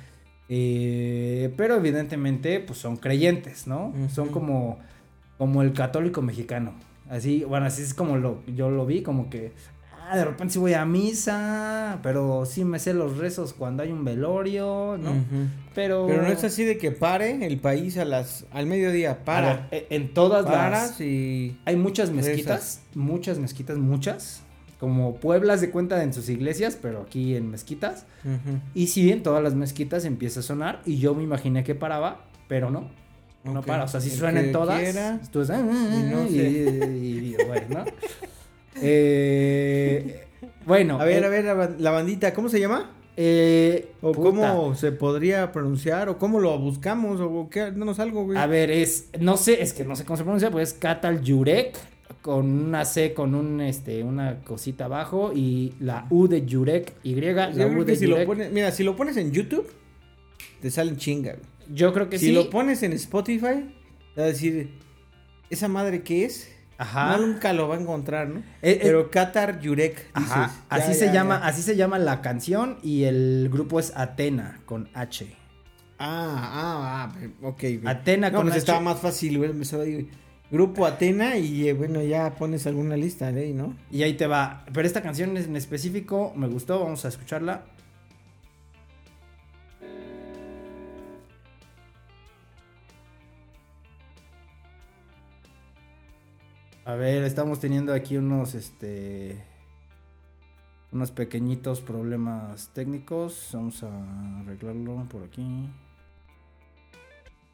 Speaker 3: Eh, pero evidentemente, pues son creyentes, ¿no? Son
Speaker 4: Ujú.
Speaker 3: como, como el católico mexicano. Así, bueno, así es como lo, yo lo vi, como que ah, de repente sí voy a misa, pero sí me sé los rezos cuando hay un velorio, ¿no?
Speaker 4: Ujú.
Speaker 3: Pero,
Speaker 4: Mm. Pero no es así de que pare el país a las al mediodía,
Speaker 3: A
Speaker 4: para.
Speaker 3: ver, e- en todas las.
Speaker 4: Paras y
Speaker 3: Hay muchas
Speaker 4: Rezas.
Speaker 3: mezquitas, muchas mezquitas, muchas, como pueblas de cuenta en sus iglesias, pero aquí en mezquitas. Y sí, en todas las mezquitas empieza a sonar y yo me imaginé que paraba, pero no. No
Speaker 4: Ok.
Speaker 3: para, o sea, si
Speaker 4: El
Speaker 3: suena en
Speaker 4: que
Speaker 3: todas.
Speaker 4: quiera.
Speaker 3: tú es, ah, ah,
Speaker 4: Y no
Speaker 3: ah, y,
Speaker 4: sé.
Speaker 3: *laughs* y- y- bueno. Eh, bueno.
Speaker 4: A ver,
Speaker 3: eh,
Speaker 4: a ver, la, ba- la bandita, ¿cómo se llama?
Speaker 3: eh,
Speaker 4: ¿O
Speaker 3: puta.
Speaker 4: cómo se podría pronunciar? ¿O cómo lo buscamos? ¿O qué? Danos algo, güey.
Speaker 3: A ver, es, no sé, es que no sé cómo se pronuncia, pues es Katal Yurek con una C, con un, este, una cosita abajo y la U de Yurek, Y, la
Speaker 4: Yo creo
Speaker 3: U
Speaker 4: que
Speaker 3: de
Speaker 4: si lo
Speaker 3: Yurek.
Speaker 4: pones, mira, si lo pones en YouTube, te salen chinga, güey.
Speaker 3: Yo creo que
Speaker 4: si
Speaker 3: sí.
Speaker 4: lo pones en Spotify, te va a decir, ¿esa madre qué es?
Speaker 3: Ajá.
Speaker 4: No, nunca lo va a encontrar, ¿no?
Speaker 3: Eh, eh.
Speaker 4: Pero Qatar Yurek. dices,
Speaker 3: Ajá,
Speaker 4: ya,
Speaker 3: así
Speaker 4: ya,
Speaker 3: se
Speaker 4: ya.
Speaker 3: llama, así se llama la canción y el grupo es Atena con H.
Speaker 4: Ah, ah, ah, ok. güey.
Speaker 3: Atena
Speaker 4: no,
Speaker 3: con
Speaker 4: pues
Speaker 3: H.
Speaker 4: estaba más fácil, güey. Empezaba ahí, güey. Grupo Atena y eh, bueno, ya pones alguna lista, ley, ¿no?
Speaker 3: Y ahí te va. Pero esta canción en específico me gustó, vamos a escucharla. A ver, estamos teniendo aquí unos este unos pequeñitos problemas técnicos. Vamos a arreglarlo por aquí.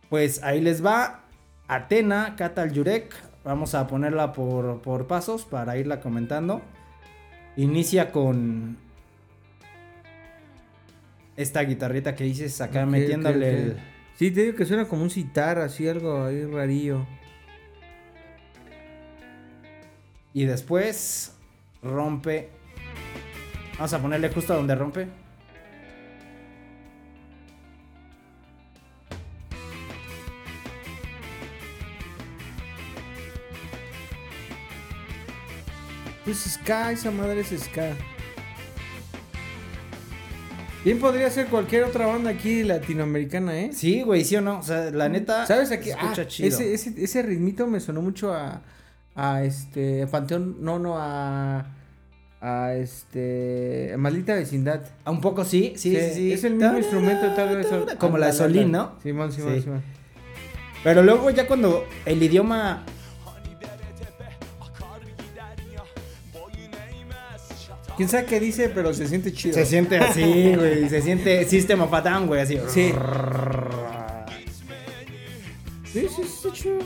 Speaker 3: Pues ahí les va Atena, Katal Yurek. Vamos a ponerla por, por pasos para irla comentando. Inicia con esta guitarrita que dices acá
Speaker 4: Ok,
Speaker 3: Ah, metiéndole
Speaker 4: ok, ok. Sí, te digo que suena como un citar, así algo ahí rarillo.
Speaker 3: el. Y después rompe. Vamos a ponerle justo a donde rompe.
Speaker 4: Pues Ska, esa madre es Ska. Bien podría ser cualquier otra banda aquí latinoamericana, ¿eh?
Speaker 3: Sí, güey, sí o no. O sea, la neta.
Speaker 4: ¿Sabes aquí?
Speaker 3: se Escucha
Speaker 4: ah,
Speaker 3: chido.
Speaker 4: Ese, ese, ese ritmito me sonó mucho a, a este, a Panteón, no, no, a, a este, a Maldita Vecindad.
Speaker 3: Ah, Un poco sí, sí, sí, sí.
Speaker 4: Es el mismo
Speaker 3: Tarara,
Speaker 4: instrumento, tal vez.
Speaker 3: tarara, Como la de Solín, ¿no?
Speaker 4: Simón, Simón,
Speaker 3: Sí.
Speaker 4: Simón.
Speaker 3: Pero luego ya cuando el idioma
Speaker 4: ¿Quién sabe qué dice, pero se siente chido?
Speaker 3: se siente así, güey, se siente System of a Down, güey, así.
Speaker 4: Sí. Sí, sí, sí, está chido.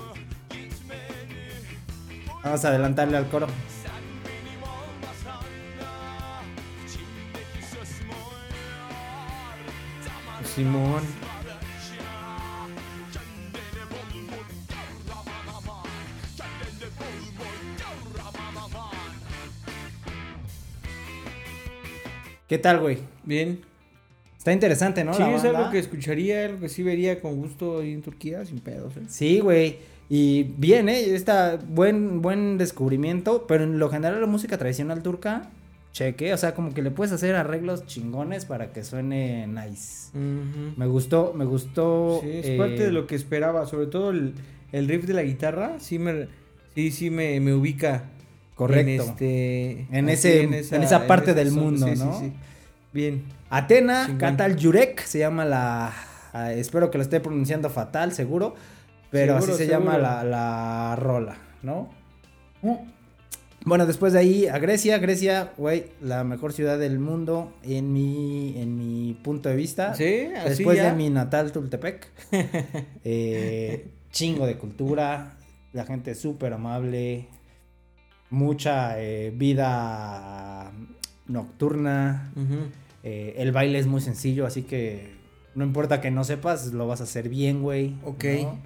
Speaker 3: Vamos a adelantarle al coro.
Speaker 4: Simón.
Speaker 3: ¿Qué tal, güey?
Speaker 4: Bien.
Speaker 3: Está interesante, ¿no?
Speaker 4: sí,
Speaker 3: La
Speaker 4: es
Speaker 3: banda.
Speaker 4: algo que escucharía, algo que sí vería con gusto ahí en Turquía, sin pedos. ¿eh?
Speaker 3: Sí, güey. Y bien, eh, está buen buen descubrimiento, pero en lo general la música tradicional turca, cheque, o sea, como que le puedes hacer arreglos chingones para que suene nice. Me gustó, me gustó.
Speaker 4: Sí, es
Speaker 3: eh,
Speaker 4: parte de lo que esperaba, sobre todo el, el riff de la guitarra, sí me, sí, sí me, me ubica.
Speaker 3: eh, Correcto.
Speaker 4: En, este,
Speaker 3: En
Speaker 4: así,
Speaker 3: ese- en esa parte del
Speaker 4: zona,
Speaker 3: mundo, ¿no?
Speaker 4: Bien.
Speaker 3: Atena,
Speaker 4: Chingón.
Speaker 3: Katal Yurek, se llama la. ah, espero que lo esté pronunciando fatal, seguro. Pero
Speaker 4: Seguro,
Speaker 3: así se
Speaker 4: seguro.
Speaker 3: llama la, la rola, ¿no? Mm. Bueno, después de ahí a Grecia. Grecia, güey, la mejor ciudad del mundo en mi, en mi punto de vista.
Speaker 4: Sí, así
Speaker 3: Después
Speaker 4: ya.
Speaker 3: de mi natal Tultepec.
Speaker 4: *laughs*
Speaker 3: Eh, chingo de cultura. La gente súper amable. Mucha eh, vida nocturna.
Speaker 4: Ujú.
Speaker 3: Eh, el baile es muy sencillo, así que no importa que no sepas, lo vas a hacer bien, güey.
Speaker 4: Ok.
Speaker 3: ¿no?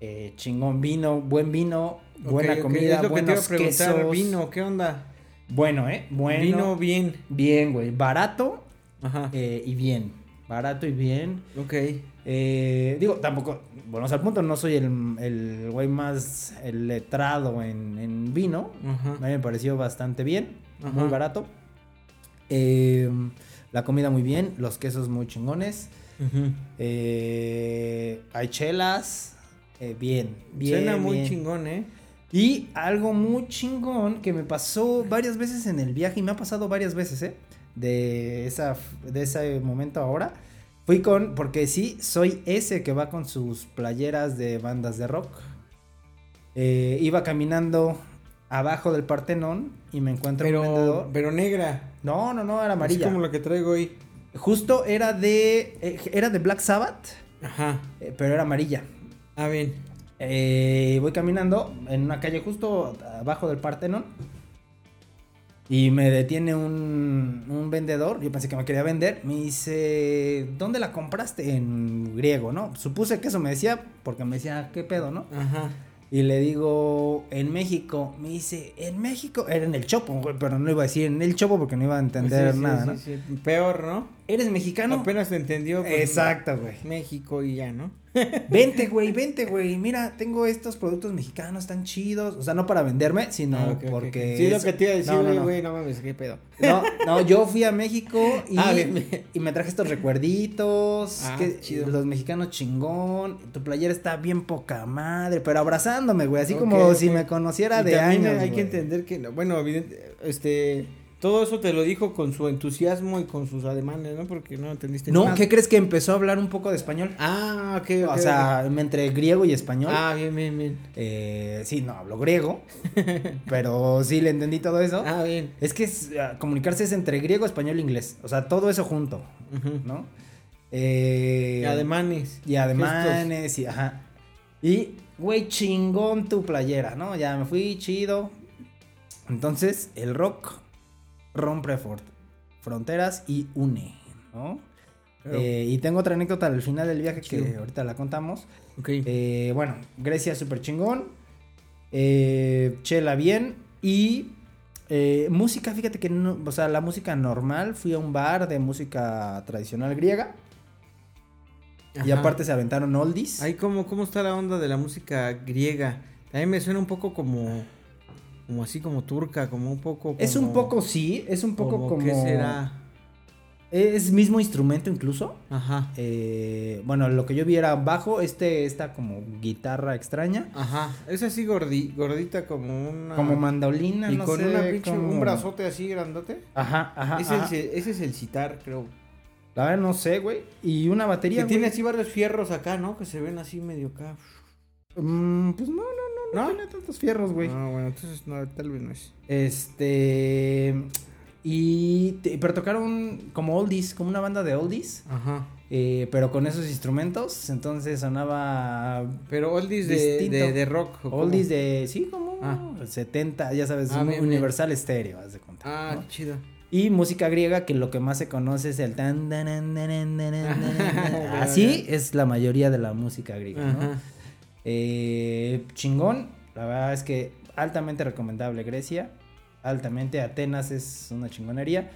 Speaker 3: Eh, chingón vino, buen vino,
Speaker 4: Ok,
Speaker 3: buena
Speaker 4: ok,
Speaker 3: comida,
Speaker 4: es lo que te iba a
Speaker 3: buenos
Speaker 4: preguntar,
Speaker 3: quesos.
Speaker 4: vino, ¿qué onda?
Speaker 3: Bueno, ¿eh? Bueno.
Speaker 4: Vino bien.
Speaker 3: Bien, güey. Barato
Speaker 4: Ajá.
Speaker 3: eh, y bien. Barato y bien.
Speaker 4: ok.
Speaker 3: Eh, digo, tampoco, bueno, al punto, no soy el, el güey más el letrado en, en vino.
Speaker 4: Ajá.
Speaker 3: A mí me pareció bastante bien,
Speaker 4: Ajá.
Speaker 3: muy barato. Eh, la comida muy bien, los quesos muy chingones.
Speaker 4: Ujú.
Speaker 3: Eh, hay chelas, eh, bien, bien.
Speaker 4: Suena muy
Speaker 3: bien.
Speaker 4: chingón, ¿eh?
Speaker 3: Y algo muy chingón que me pasó varias veces en el viaje y me ha pasado varias veces, ¿eh? De, esa, de ese momento ahora. Fui con, porque sí, soy ese que va con sus playeras de bandas de rock. Eh, iba caminando abajo del Partenón y me encuentro un
Speaker 4: Pero,
Speaker 3: vendedor.
Speaker 4: pero negra.
Speaker 3: No, no, no, era
Speaker 4: Así
Speaker 3: amarilla.
Speaker 4: como la que traigo hoy.
Speaker 3: Justo era de. eh, era de Black Sabbath,
Speaker 4: Ajá.
Speaker 3: eh, pero era amarilla.
Speaker 4: Ah, bien.
Speaker 3: Eh, voy caminando en una calle justo abajo del Partenón. Y me detiene un, un vendedor. Yo pensé que me quería vender. Me dice, ¿dónde la compraste? En griego, ¿no? Supuse que eso me decía, porque me decía, ¿qué pedo, no?
Speaker 4: Ajá.
Speaker 3: Y le digo, en México. Me dice, ¿en México? Era en el Chopo, güey, pero no iba a decir en el Chopo porque no iba a entender
Speaker 4: Pues Sí, sí,
Speaker 3: nada,
Speaker 4: sí,
Speaker 3: ¿no?
Speaker 4: sí. Peor, ¿no?
Speaker 3: ¿Eres mexicano?
Speaker 4: Apenas te entendió. pues,
Speaker 3: Exacto, güey.
Speaker 4: México y ya, ¿no?
Speaker 3: Vente, güey, vente, güey. Mira, tengo estos productos mexicanos tan chidos. O sea, no para venderme, sino
Speaker 4: Ah, ok, ok,
Speaker 3: porque.
Speaker 4: ok. Sí, lo
Speaker 3: es-
Speaker 4: que te iba a decir,
Speaker 3: No,
Speaker 4: güey,
Speaker 3: no, no.
Speaker 4: güey, no, mames, qué pedo.
Speaker 3: No, no, yo fui a México y,
Speaker 4: Ah, bien, bien.
Speaker 3: y me traje estos recuerditos.
Speaker 4: Ah,
Speaker 3: que,
Speaker 4: chido.
Speaker 3: Los mexicanos chingón. Tu playera está bien poca madre, pero abrazándome, güey. Así
Speaker 4: Ok,
Speaker 3: como si
Speaker 4: ok.
Speaker 3: me conociera
Speaker 4: Y
Speaker 3: de
Speaker 4: también
Speaker 3: años.
Speaker 4: Hay que
Speaker 3: güey.
Speaker 4: entender que, no, bueno, evidente, este, todo eso te lo dijo con su entusiasmo y con sus ademanes, ¿no? Porque no entendiste
Speaker 3: No,
Speaker 4: nada.
Speaker 3: ¿qué crees que empezó a hablar un poco de español?
Speaker 4: Ah, ok, ok,
Speaker 3: o
Speaker 4: ok.
Speaker 3: sea, entre griego y español.
Speaker 4: Ah, bien, bien, bien.
Speaker 3: Eh, sí, no, hablo
Speaker 4: *laughs*
Speaker 3: griego. pero sí le entendí todo eso.
Speaker 4: Ah, bien.
Speaker 3: Es que es, ah, comunicarse es entre griego, español, inglés. O sea, todo eso junto,
Speaker 4: Ujú.
Speaker 3: ¿no? Eh,
Speaker 4: Y ademanes.
Speaker 3: Y ademanes, y ajá. Y, güey, chingón tu playera, ¿no? Ya me fui, chido. Entonces, el rock rompe for- fronteras y une, ¿no?
Speaker 4: Claro.
Speaker 3: Eh, y tengo otra anécdota al final del viaje que
Speaker 4: Chido.
Speaker 3: ahorita la contamos.
Speaker 4: Ok.
Speaker 3: Eh, bueno, Grecia súper chingón. eh, chela bien. Y eh, música, fíjate que no, o sea, la música normal. Fui a un bar de música tradicional griega. Y
Speaker 4: Ajá.
Speaker 3: aparte se aventaron oldies.
Speaker 4: Ahí como, ¿cómo está la onda de la música griega? También me suena un poco como, como así, como turca, como un poco.
Speaker 3: es un
Speaker 4: como-
Speaker 3: poco, sí, es un poco como.
Speaker 4: ¿Qué será?
Speaker 3: Es mismo instrumento incluso.
Speaker 4: Ajá.
Speaker 3: Eh, bueno, lo que yo vi era bajo. Este está como guitarra extraña.
Speaker 4: Ajá. Es así gordi, gordita como una.
Speaker 3: Como mandolina,
Speaker 4: Y
Speaker 3: no
Speaker 4: con
Speaker 3: sé
Speaker 4: una pinche,
Speaker 3: cómo-
Speaker 4: un brazote así grandote.
Speaker 3: Ajá, ajá.
Speaker 4: Ese,
Speaker 3: ajá.
Speaker 4: Es el, ese es el citar, creo.
Speaker 3: La verdad no sé, güey. Y una batería.
Speaker 4: Que tiene
Speaker 3: güey.
Speaker 4: así varios fierros acá, ¿no? Que se ven así medio acá.
Speaker 3: Mm, pues no, no, no, no Ah.
Speaker 4: ¿No?
Speaker 3: tiene tantos fierros, güey.
Speaker 4: No, Ah, bueno, entonces no, tal vez no es.
Speaker 3: Este. Y. te- pero tocaron como oldies, como una banda de oldies.
Speaker 4: Ajá.
Speaker 3: eh, pero con esos instrumentos. Entonces sonaba.
Speaker 4: Pero oldies de,
Speaker 3: Distinto.
Speaker 4: de, de rock. ¿o cómo?
Speaker 3: Oldies de. Sí, como.
Speaker 4: Ah.
Speaker 3: 70, ya sabes,
Speaker 4: Ah,
Speaker 3: un-
Speaker 4: bien, bien.
Speaker 3: Universal Stereo, haz de cuenta.
Speaker 4: Ah,
Speaker 3: ¿no?
Speaker 4: chido.
Speaker 3: Y música griega, que lo que más se conoce es el tan. dan, dan, dan, dan, dan, dan.
Speaker 4: Ya,
Speaker 3: Así es la mayoría de la música griega, ¿no?
Speaker 4: Ajá.
Speaker 3: Eh, chingón, la verdad es que altamente recomendable Grecia, altamente Atenas es una chingonería.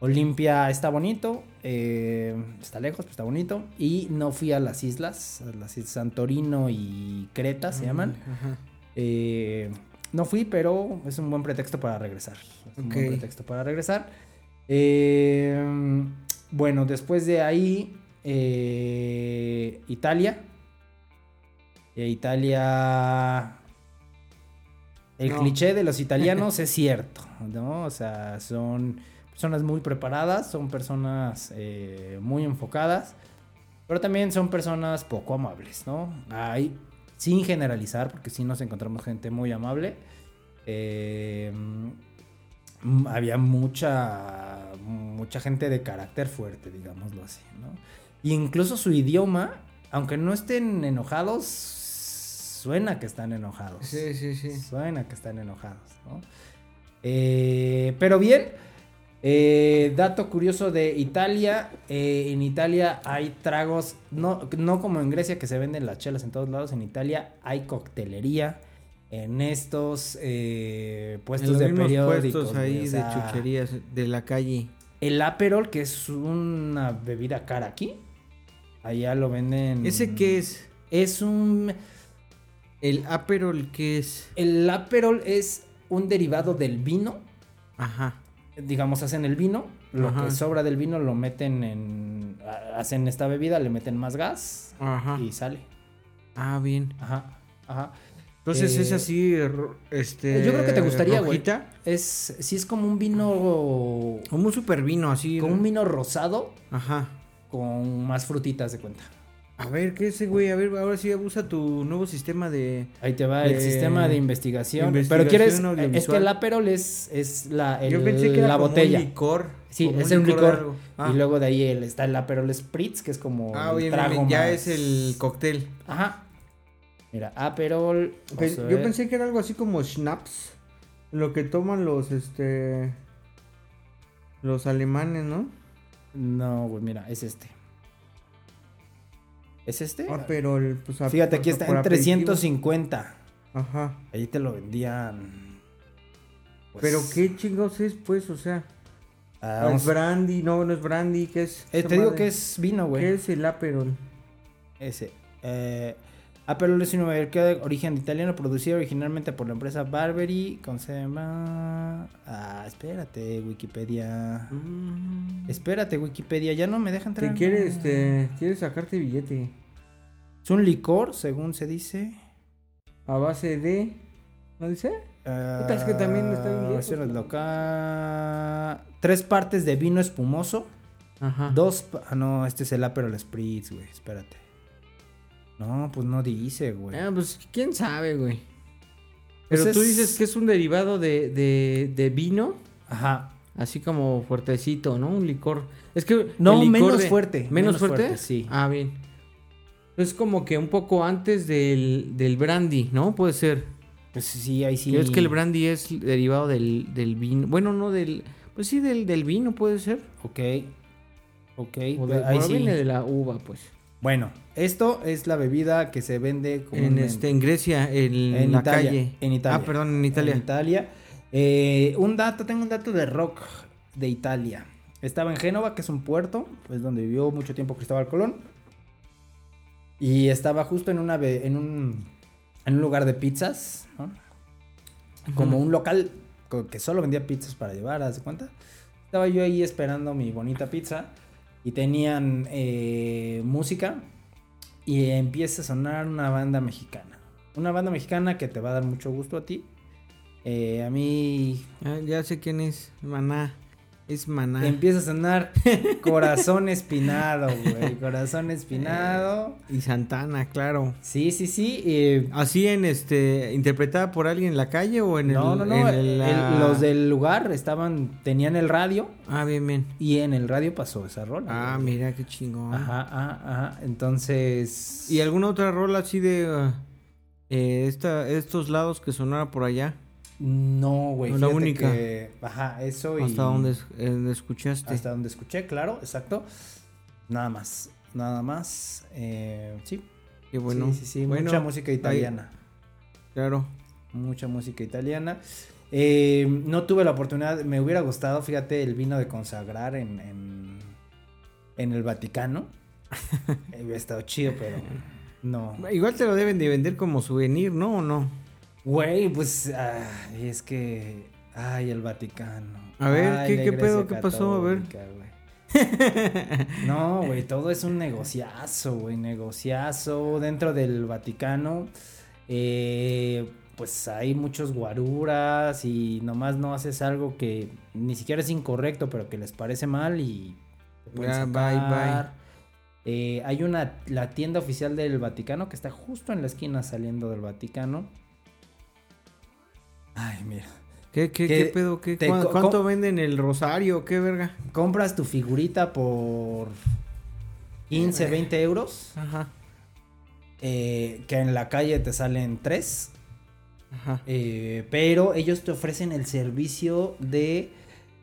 Speaker 3: Olimpia está bonito, eh, está lejos, pero está bonito. Y no fui a las islas, a las islas Santorino y Creta
Speaker 4: Mm.
Speaker 3: se llaman.
Speaker 4: Ajá.
Speaker 3: Eh, no fui, pero es un buen pretexto para regresar. Es un buen
Speaker 4: Ok.
Speaker 3: pretexto para regresar. Eh, bueno, después de ahí, eh, Italia. Eh, Italia. El
Speaker 4: No.
Speaker 3: cliché de los
Speaker 4: *laughs*
Speaker 3: italianos es cierto, ¿no? O sea, son personas muy preparadas, son personas eh, muy enfocadas, pero también son personas poco amables, ¿no? Hay sin generalizar, porque sí nos encontramos gente muy amable. eh, mm, había mucha, mucha gente de carácter fuerte, digámoslo así, ¿no? Y incluso su idioma, aunque no estén enojados, suena que están enojados.
Speaker 4: Sí, sí, sí.
Speaker 3: Suena que están enojados, ¿no? Eh, pero bien, eh, dato curioso de Italia, eh, en Italia hay tragos, no, no como en Grecia que se venden las chelas en todos lados, en Italia hay coctelería en estos eh, puestos
Speaker 4: En los
Speaker 3: de
Speaker 4: mismos
Speaker 3: periódicos.
Speaker 4: puestos
Speaker 3: güey,
Speaker 4: ahí
Speaker 3: o
Speaker 4: de
Speaker 3: sea,
Speaker 4: chucherías de la calle.
Speaker 3: El Aperol, que es una bebida cara aquí, allá lo venden...
Speaker 4: ¿Ese qué es?
Speaker 3: Es un...
Speaker 4: El Aperol, ¿qué es?
Speaker 3: El Aperol es un derivado del vino.
Speaker 4: Ajá.
Speaker 3: digamos, hacen el vino, lo
Speaker 4: Ajá.
Speaker 3: que sobra del vino lo meten en, ha- hacen esta bebida, le meten más gas
Speaker 4: Ajá.
Speaker 3: y sale.
Speaker 4: Ah, bien.
Speaker 3: Ajá, ajá.
Speaker 4: Entonces
Speaker 3: Eh,
Speaker 4: es así, ro- este...
Speaker 3: yo creo que te gustaría, güey.
Speaker 4: rojita,
Speaker 3: Es, sí es como un vino,
Speaker 4: Como un super vino, así.
Speaker 3: como un vino rosado
Speaker 4: Ajá.
Speaker 3: con más frutitas de cuenta.
Speaker 4: A ver, ¿qué es ese güey? A ver, ahora sí abusa tu nuevo sistema de...
Speaker 3: Ahí te va el
Speaker 4: Eh,
Speaker 3: sistema de investigación. Pero
Speaker 4: investigación
Speaker 3: quieres. eh, Es que
Speaker 4: audiovisual.
Speaker 3: el Aperol es, es la, el-
Speaker 4: Yo pensé que era
Speaker 3: la
Speaker 4: como
Speaker 3: botella.
Speaker 4: un licor.
Speaker 3: Sí,
Speaker 4: como
Speaker 3: es un
Speaker 4: de
Speaker 3: licor.
Speaker 4: algo. Ah,
Speaker 3: Y luego de ahí el- está el Aperol Spritz, que es como.
Speaker 4: ah,
Speaker 3: el
Speaker 4: oye,
Speaker 3: trago
Speaker 4: mami, ya
Speaker 3: más-
Speaker 4: es el cóctel.
Speaker 3: Ajá. Mira, Aperol.
Speaker 4: Pe-
Speaker 3: vamos a
Speaker 4: yo
Speaker 3: ver.
Speaker 4: pensé que era algo así como schnapps, lo que toman los, este, los alemanes, ¿no?
Speaker 3: No, güey, mira, es este. ¿Es este?
Speaker 4: Ah, pero el, pues, a-
Speaker 3: Fíjate, aquí
Speaker 4: a-
Speaker 3: está
Speaker 4: por
Speaker 3: en
Speaker 4: aperitivo.
Speaker 3: 350.
Speaker 4: Ajá.
Speaker 3: Ahí te lo vendían. pues,
Speaker 4: Pero qué chingados es, pues, o sea,
Speaker 3: ah,
Speaker 4: ah,
Speaker 3: vamos-
Speaker 4: es brandy, no, no es brandy, ¿qué es?
Speaker 3: Eh,
Speaker 4: esa
Speaker 3: te digo
Speaker 4: madre?
Speaker 3: que es vino, güey.
Speaker 4: ¿Qué es el Aperol?
Speaker 3: Ese. Eh, Aperol es una marca de origen italiano producida originalmente por la empresa Barberi. Con sede en Ma- Ah, espérate, Wikipedia.
Speaker 4: Mm.
Speaker 3: Espérate, Wikipedia, ya no me deja entrar.
Speaker 4: Si quieres, este, quieres sacarte billete
Speaker 3: Es un licor, según se dice.
Speaker 4: a base de, ¿no dice?
Speaker 3: Ah,
Speaker 4: Puta, es que también está bien lejos,
Speaker 3: versiones
Speaker 4: ¿no?
Speaker 3: loca- Tres partes de vino espumoso.
Speaker 4: Ajá.
Speaker 3: Dos. pa- ah, no, este es el Aperol Spritz, güey. Espérate. No, pues no dice, güey.
Speaker 4: Ah, pues quién sabe, güey.
Speaker 3: Pues
Speaker 4: Pero tú
Speaker 3: es-
Speaker 4: dices que es un derivado de, de, de vino,
Speaker 3: Ajá.
Speaker 4: así como fuertecito, ¿no? Un licor. Es que.
Speaker 3: No,
Speaker 4: el licor
Speaker 3: menos fuerte,
Speaker 4: ¿Menos,
Speaker 3: menos
Speaker 4: fuerte?
Speaker 3: fuerte, sí.
Speaker 4: Ah, bien. Es como que un poco antes del, del brandy, ¿no? Puede ser.
Speaker 3: Pues sí, ahí sí.
Speaker 4: Pero Es que el brandy es derivado del, del vino. Bueno, no del. Pues sí, del, del vino puede ser.
Speaker 3: Ok. Ok.
Speaker 4: O
Speaker 3: pues
Speaker 4: de,
Speaker 3: ahí
Speaker 4: bueno,
Speaker 3: sí.
Speaker 4: viene de la uva, pues.
Speaker 3: Bueno, esto es la bebida que se vende
Speaker 4: En,
Speaker 3: comúnmente
Speaker 4: este, en Grecia, en,
Speaker 3: en
Speaker 4: la
Speaker 3: Italia,
Speaker 4: calle.
Speaker 3: en Italia.
Speaker 4: Ah, perdón, en Italia.
Speaker 3: En Italia. Eh, un dato, tengo un dato de rock de Italia. Estaba en Génova, que es un puerto, pues donde vivió mucho tiempo Cristóbal Colón. Y estaba justo en una be- en un en un lugar de pizzas, ¿no? como un local co- que solo vendía pizzas para llevar, ¿haz de cuenta? Estaba yo ahí esperando mi bonita pizza y tenían eh, música y empieza a sonar una banda mexicana. Una banda mexicana que te va a dar mucho gusto a ti. Eh, a mí
Speaker 4: Ah, ya sé quién es. Maná. Es Maná.
Speaker 3: empieza a
Speaker 4: *laughs*
Speaker 3: sonar Corazón Espinado, güey. Corazón Espinado.
Speaker 4: Y Santana, claro.
Speaker 3: Sí, sí, sí. eh,
Speaker 4: ¿Así en este, interpretada por alguien en la calle o en el...
Speaker 3: no, no, no.
Speaker 4: en
Speaker 3: el-
Speaker 4: la-
Speaker 3: el- los del lugar estaban, tenían el radio
Speaker 4: Ah, bien, bien.
Speaker 3: y en el radio pasó esa rola.
Speaker 4: Ah,
Speaker 3: güey.
Speaker 4: mira, qué chingón.
Speaker 3: Ajá, ajá, ajá. Entonces.
Speaker 4: ¿Y alguna otra rola así de ah, eh, esta, estos lados que sonara por allá?
Speaker 3: No, güey.
Speaker 4: No, la
Speaker 3: fíjate
Speaker 4: única.
Speaker 3: que- Ajá, eso y.
Speaker 4: ¿Hasta donde es- eh, donde escuchaste?
Speaker 3: Hasta donde escuché, claro, exacto. Nada más. Nada más. eh, sí.
Speaker 4: Qué bueno.
Speaker 3: Sí, sí, sí.
Speaker 4: Bueno,
Speaker 3: mucha música italiana.
Speaker 4: Claro.
Speaker 3: Mucha música italiana. Eh, no tuve la oportunidad. Me hubiera gustado, fíjate, el vino de consagrar en. en, en el
Speaker 4: *laughs*
Speaker 3: Vaticano. Eh, Hubiera estado chido, pero. No.
Speaker 4: Igual te lo deben de vender como souvenir, ¿no? ¿O no?
Speaker 3: Güey, pues. ay, es que. Ay, el Vaticano.
Speaker 4: A ver,
Speaker 3: Ay,
Speaker 4: ¿qué-
Speaker 3: la
Speaker 4: qué pedo?
Speaker 3: Iglesia
Speaker 4: ¿Qué pasó? A ver.
Speaker 3: Católica, güey. No, güey, todo es un negociazo, güey, negociazo. Dentro del Vaticano, eh, pues hay muchos guaruras y nomás no haces algo que ni siquiera es incorrecto, pero que les parece mal y te pueden
Speaker 4: Ya, bye, bye.
Speaker 3: sacar. Eh, hay una, la tienda oficial del Vaticano que está justo en la esquina saliendo del Vaticano. Ay, mira.
Speaker 4: ¿Qué, qué,
Speaker 3: Que
Speaker 4: qué pedo? ¿Qué,
Speaker 3: te
Speaker 4: cuán-
Speaker 3: co-
Speaker 4: ¿Cuánto
Speaker 3: co-
Speaker 4: venden el rosario? ¿Qué verga?
Speaker 3: Compras tu figurita por 15, 20 euros.
Speaker 4: Ajá,
Speaker 3: eh, que en la calle te salen tres,
Speaker 4: ajá.
Speaker 3: eh, pero ellos te ofrecen el servicio de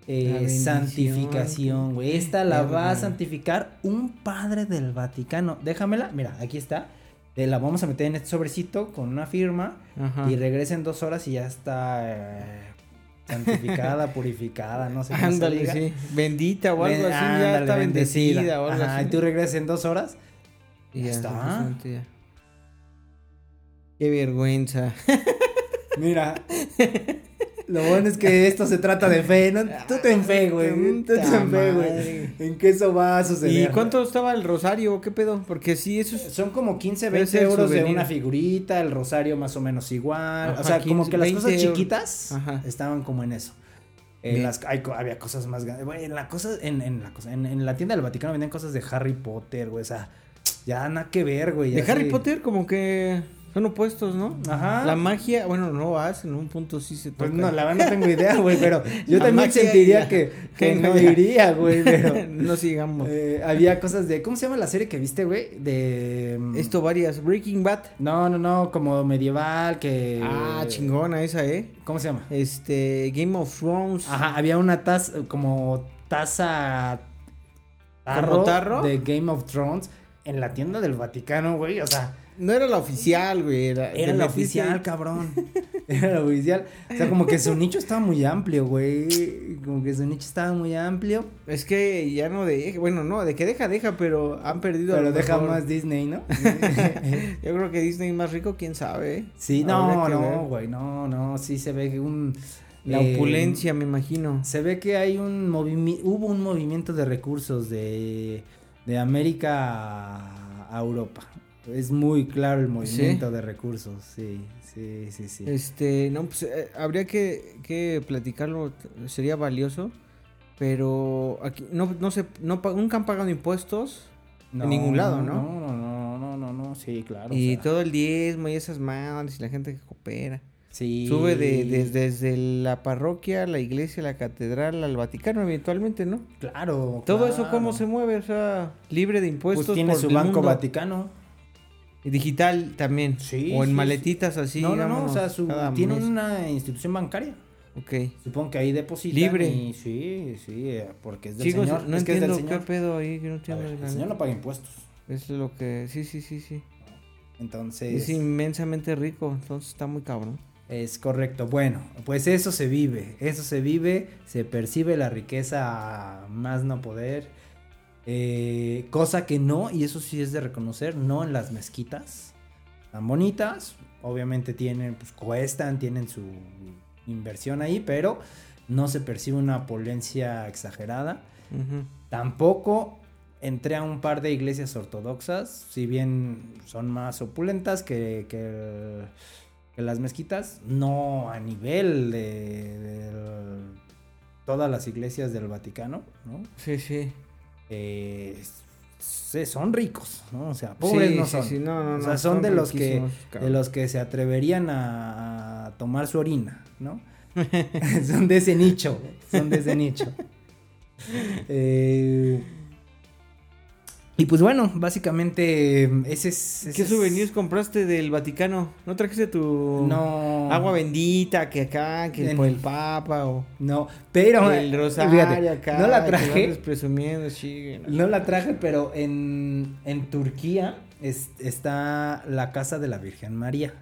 Speaker 3: eh,
Speaker 4: La bendición.
Speaker 3: santificación, güey. Esta la va a
Speaker 4: Verga.
Speaker 3: santificar un padre del Vaticano. Déjamela, mira, aquí está. Te la vamos a meter en este sobrecito con una firma
Speaker 4: ajá.
Speaker 3: y regresa en dos horas y ya está eh,
Speaker 4: *laughs*
Speaker 3: santificada, purificada, no sé cómo se
Speaker 4: Ándale,
Speaker 3: diga.
Speaker 4: sí. Bendita o algo
Speaker 3: Ven-
Speaker 4: así. ya
Speaker 3: ándale,
Speaker 4: está bendecida, o algo
Speaker 3: Ajá,
Speaker 4: así.
Speaker 3: Y tú regresas en dos horas.
Speaker 4: Y
Speaker 3: Ya
Speaker 4: ya
Speaker 3: está.
Speaker 4: supuestamente ya.
Speaker 3: *laughs*
Speaker 4: Qué vergüenza.
Speaker 3: Mira. Lo bueno es que esto se trata de fe, ¿no? Tú ten fe, güey. Tú ten fe, güey. En que eso va a
Speaker 4: ¿Y
Speaker 3: suceder.
Speaker 4: cuánto estaba el rosario? ¿Qué pedo? Porque sí, eso es.
Speaker 3: Son como 15,
Speaker 4: Debe
Speaker 3: 20
Speaker 4: ser
Speaker 3: euros de
Speaker 4: souvenir.
Speaker 3: una figurita, el rosario más o menos igual. o
Speaker 4: Ajá,
Speaker 3: sea, como
Speaker 4: 15,
Speaker 3: que las
Speaker 4: 20
Speaker 3: cosas
Speaker 4: euros.
Speaker 3: chiquitas
Speaker 4: Ajá.
Speaker 3: estaban como en eso. En
Speaker 4: Bien.
Speaker 3: las- hay co- había cosas más grandes. Güey, en la cosa, en, en la cosa, en, en la tienda del Vaticano vendían cosas de Harry Potter, güey. O sea, Ya nada que ver, güey.
Speaker 4: De
Speaker 3: así.
Speaker 4: Harry Potter como que son opuestos, ¿no?
Speaker 3: Ajá.
Speaker 4: La magia, bueno, no hacen, en un punto sí se
Speaker 3: Pues
Speaker 4: tocan. *laughs*
Speaker 3: no, la verdad no tengo idea, güey, pero yo
Speaker 4: La
Speaker 3: también
Speaker 4: magia
Speaker 3: sentiría
Speaker 4: ya-
Speaker 3: que, que
Speaker 4: *laughs* que
Speaker 3: no
Speaker 4: no ya.
Speaker 3: iría, güey,
Speaker 4: *laughs*
Speaker 3: pero
Speaker 4: no sigamos.
Speaker 3: eh, había cosas de, ¿cómo se llama la serie que viste, güey? De... mm,
Speaker 4: Esto varias. Breaking Bad.
Speaker 3: No, no, no, como medieval, que...
Speaker 4: Ah, chingona esa, ¿eh?
Speaker 3: ¿Cómo se llama?
Speaker 4: Este, Game of Thrones.
Speaker 3: Ajá, había una taza, como taza...
Speaker 4: ¿Como tarro?
Speaker 3: De Game of Thrones en la tienda del Vaticano, güey, o sea...
Speaker 4: No era la oficial, güey.
Speaker 3: Era
Speaker 4: Era, te
Speaker 3: la
Speaker 4: metiste
Speaker 3: oficial, cabrón. *laughs* Era la oficial. O sea, como que su nicho estaba muy amplio, güey. Como que su nicho estaba muy amplio.
Speaker 4: ahí. Es que ya no deja, bueno, no, de que deja, deja, pero han perdido. a
Speaker 3: Pero
Speaker 4: lo
Speaker 3: deja
Speaker 4: mejor.
Speaker 3: más Disney,
Speaker 4: *laughs*
Speaker 3: ¿no?
Speaker 4: Yo creo que Disney más rico, quién sabe. ¿eh?
Speaker 3: Sí, no,
Speaker 4: Habría que
Speaker 3: no,
Speaker 4: ver.
Speaker 3: güey, no, no, sí se ve que un...
Speaker 4: La
Speaker 3: eh,
Speaker 4: opulencia, me imagino.
Speaker 3: Se ve que hay un movimiento, hubo un movimiento de recursos de, de América a Europa. Es muy claro el movimiento de recursos, sí, sí, sí, sí.
Speaker 4: Este, no, pues eh, habría que, que platicarlo, t- sería valioso. Pero aquí no, no se, no, pa- nunca han pagado impuestos.
Speaker 3: No,
Speaker 4: en ningún lado, ¿no?
Speaker 3: No, no, no, no, no, Ah, no, sí, claro. o
Speaker 4: y
Speaker 3: sea,
Speaker 4: todo el diezmo y esas madres y la gente que coopera.
Speaker 3: sí.
Speaker 4: Sube de, des- desde la parroquia, la iglesia, la catedral, al Vaticano eventualmente, ¿no?
Speaker 3: Claro,
Speaker 4: Todo
Speaker 3: claro.
Speaker 4: eso cómo se mueve, o sea, libre de impuestos.
Speaker 3: Pues tiene
Speaker 4: por
Speaker 3: su
Speaker 4: el
Speaker 3: banco
Speaker 4: mundo.
Speaker 3: Vaticano.
Speaker 4: Y Digital también.
Speaker 3: Sí,
Speaker 4: O en
Speaker 3: sí,
Speaker 4: maletitas así.
Speaker 3: no, no, no, o
Speaker 4: vámonos,
Speaker 3: sea, su,
Speaker 4: cada
Speaker 3: tiene
Speaker 4: mes.
Speaker 3: una institución bancaria.
Speaker 4: Ok.
Speaker 3: Supongo que ahí depositan.
Speaker 4: Libre.
Speaker 3: y- sí, sí, eh, porque es del
Speaker 4: Chicos,
Speaker 3: señor.
Speaker 4: no
Speaker 3: es que es del
Speaker 4: entiendo qué
Speaker 3: señor.
Speaker 4: pedo ahí, que no
Speaker 3: A
Speaker 4: entiendo.
Speaker 3: ver,
Speaker 4: la
Speaker 3: el señor
Speaker 4: neta.
Speaker 3: no paga impuestos.
Speaker 4: Es lo que, sí, sí, sí, sí.
Speaker 3: Entonces,
Speaker 4: Es inmensamente rico, entonces está muy cabrón.
Speaker 3: es correcto. Bueno, pues eso se vive, eso se vive, se percibe la riqueza a más no poder. eh, cosa que no, y eso sí es de reconocer, no en las mezquitas tan bonitas. Obviamente tienen, pues cuestan, tienen su inversión ahí, pero no se percibe una opulencia exagerada.
Speaker 4: Ujú.
Speaker 3: Tampoco entré a un par de iglesias ortodoxas, si bien son más opulentas que, que- que las mezquitas, no a nivel de, de todas las iglesias del Vaticano, ¿no?
Speaker 4: Sí, sí.
Speaker 3: Eh, se- son ricos, ¿no? O sea, pobres
Speaker 4: Sí,
Speaker 3: no
Speaker 4: sí,
Speaker 3: son.
Speaker 4: sí, no, no,
Speaker 3: o sea,
Speaker 4: no,
Speaker 3: son,
Speaker 4: son
Speaker 3: de los que
Speaker 4: riquísimos,
Speaker 3: de
Speaker 4: cabrón.
Speaker 3: los que se atreverían a, a tomar su orina, ¿no? *laughs* son de ese nicho, son de ese
Speaker 4: *laughs*
Speaker 3: nicho. Eh, y pues bueno, básicamente ese es. ese
Speaker 4: ¿Qué
Speaker 3: es-
Speaker 4: souvenirs compraste del Vaticano? ¿No trajiste tu
Speaker 3: No.
Speaker 4: agua bendita que acá, que
Speaker 3: En-
Speaker 4: por el Papa o
Speaker 3: No, pero.
Speaker 4: el rosario
Speaker 3: fíjate,
Speaker 4: acá?
Speaker 3: no la
Speaker 4: que andas
Speaker 3: traje.
Speaker 4: presumiendo, sí, no.
Speaker 3: No la traje, pero en, en Turquía es- está la casa de la Virgen María,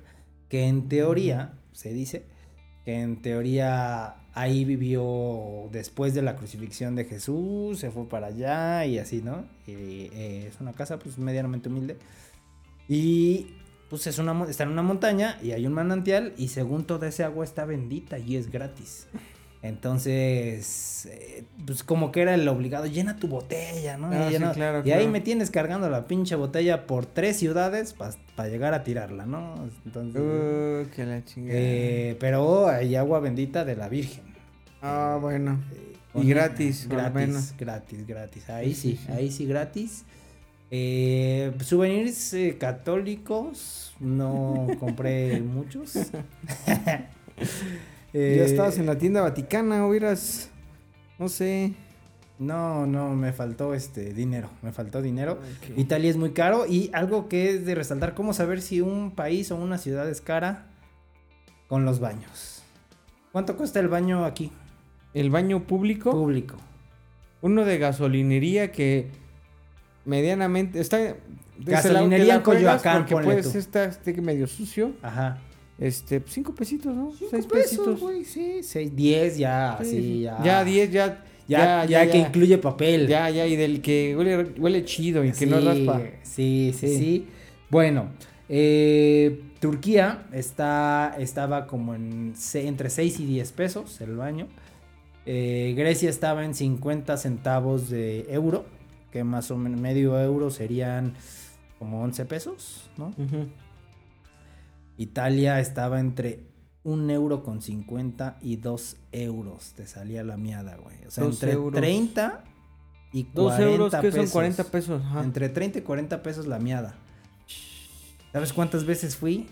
Speaker 3: que en teoría, se dice, que en teoría ahí vivió después de la crucifixión de Jesús, se fue para allá y así, ¿no? Y, eh, es una casa pues medianamente humilde. Y pues es una, mon- está en una montaña y hay un manantial y según toda esa agua está bendita y es gratis. Entonces, eh, pues como que era el obligado, llena tu botella, ¿no?
Speaker 4: Ah,
Speaker 3: y
Speaker 4: sí,
Speaker 3: llena-
Speaker 4: claro,
Speaker 3: y ahí
Speaker 4: claro.
Speaker 3: me tienes cargando la pinche botella por tres ciudades para llegar a tirarla, ¿no? Entonces,
Speaker 4: Uh, que la chingada.
Speaker 3: eh, pero hay agua bendita de la Virgen.
Speaker 4: ah, bueno.
Speaker 3: Eh,
Speaker 4: Y
Speaker 3: con-
Speaker 4: gratis, por lo
Speaker 3: gratis,
Speaker 4: menos.
Speaker 3: gratis, gratis. Ahí
Speaker 4: Sí,
Speaker 3: sí,
Speaker 4: sí, sí.
Speaker 3: ahí sí gratis. Eh, souvenirs eh, católicos,
Speaker 4: *laughs*
Speaker 3: no compré muchos. Eh,
Speaker 4: ya estabas en la tienda vaticana, hubieras, no sé.
Speaker 3: No, no, me faltó este dinero, me faltó dinero. Italia es muy caro y algo que es de resaltar, ¿cómo saber si un país o una ciudad es cara con los baños? ¿Cuánto cuesta el baño aquí?
Speaker 4: El baño público,
Speaker 3: Público.
Speaker 4: uno de gasolinería que medianamente está... desde la- te
Speaker 3: Gasolinería
Speaker 4: la
Speaker 3: en
Speaker 4: juegas
Speaker 3: Coyoacán,
Speaker 4: Porque
Speaker 3: ponle
Speaker 4: puedes
Speaker 3: tú.
Speaker 4: estar este, medio sucio.
Speaker 3: Ajá.
Speaker 4: Este, cinco pesitos, ¿no?
Speaker 3: Cinco
Speaker 4: Seis
Speaker 3: pesos,
Speaker 4: pesitos. Ah,
Speaker 3: güey, sí, seis, diez ya,
Speaker 4: Sí,
Speaker 3: sí,
Speaker 4: sí.
Speaker 3: ya.
Speaker 4: Ya 10, ya.
Speaker 3: Ya, ya, que incluye papel.
Speaker 4: Ya, ya, y del que huele, huele chido y que no
Speaker 3: Sí,
Speaker 4: raspa.
Speaker 3: Sí, sí,
Speaker 4: Sí.
Speaker 3: sí. Bueno, eh, Turquía está, estaba como en se- entre 6 y 10 pesos el baño. Eh, Grecia estaba en 50 centavos de euro, que más o menos medio euro serían como 11 pesos, ¿no?
Speaker 4: Ujú.
Speaker 3: Italia estaba entre un euro con 50 y 2 euros. Te salía la miada, güey. O sea,
Speaker 4: Dos
Speaker 3: entre
Speaker 4: euros.
Speaker 3: 30 y
Speaker 4: Dos
Speaker 3: 40
Speaker 4: euros, que son
Speaker 3: pesos.
Speaker 4: 40 pesos. Ajá.
Speaker 3: Entre 30 y 40 pesos la miada. ¿Sabes cuántas veces fui?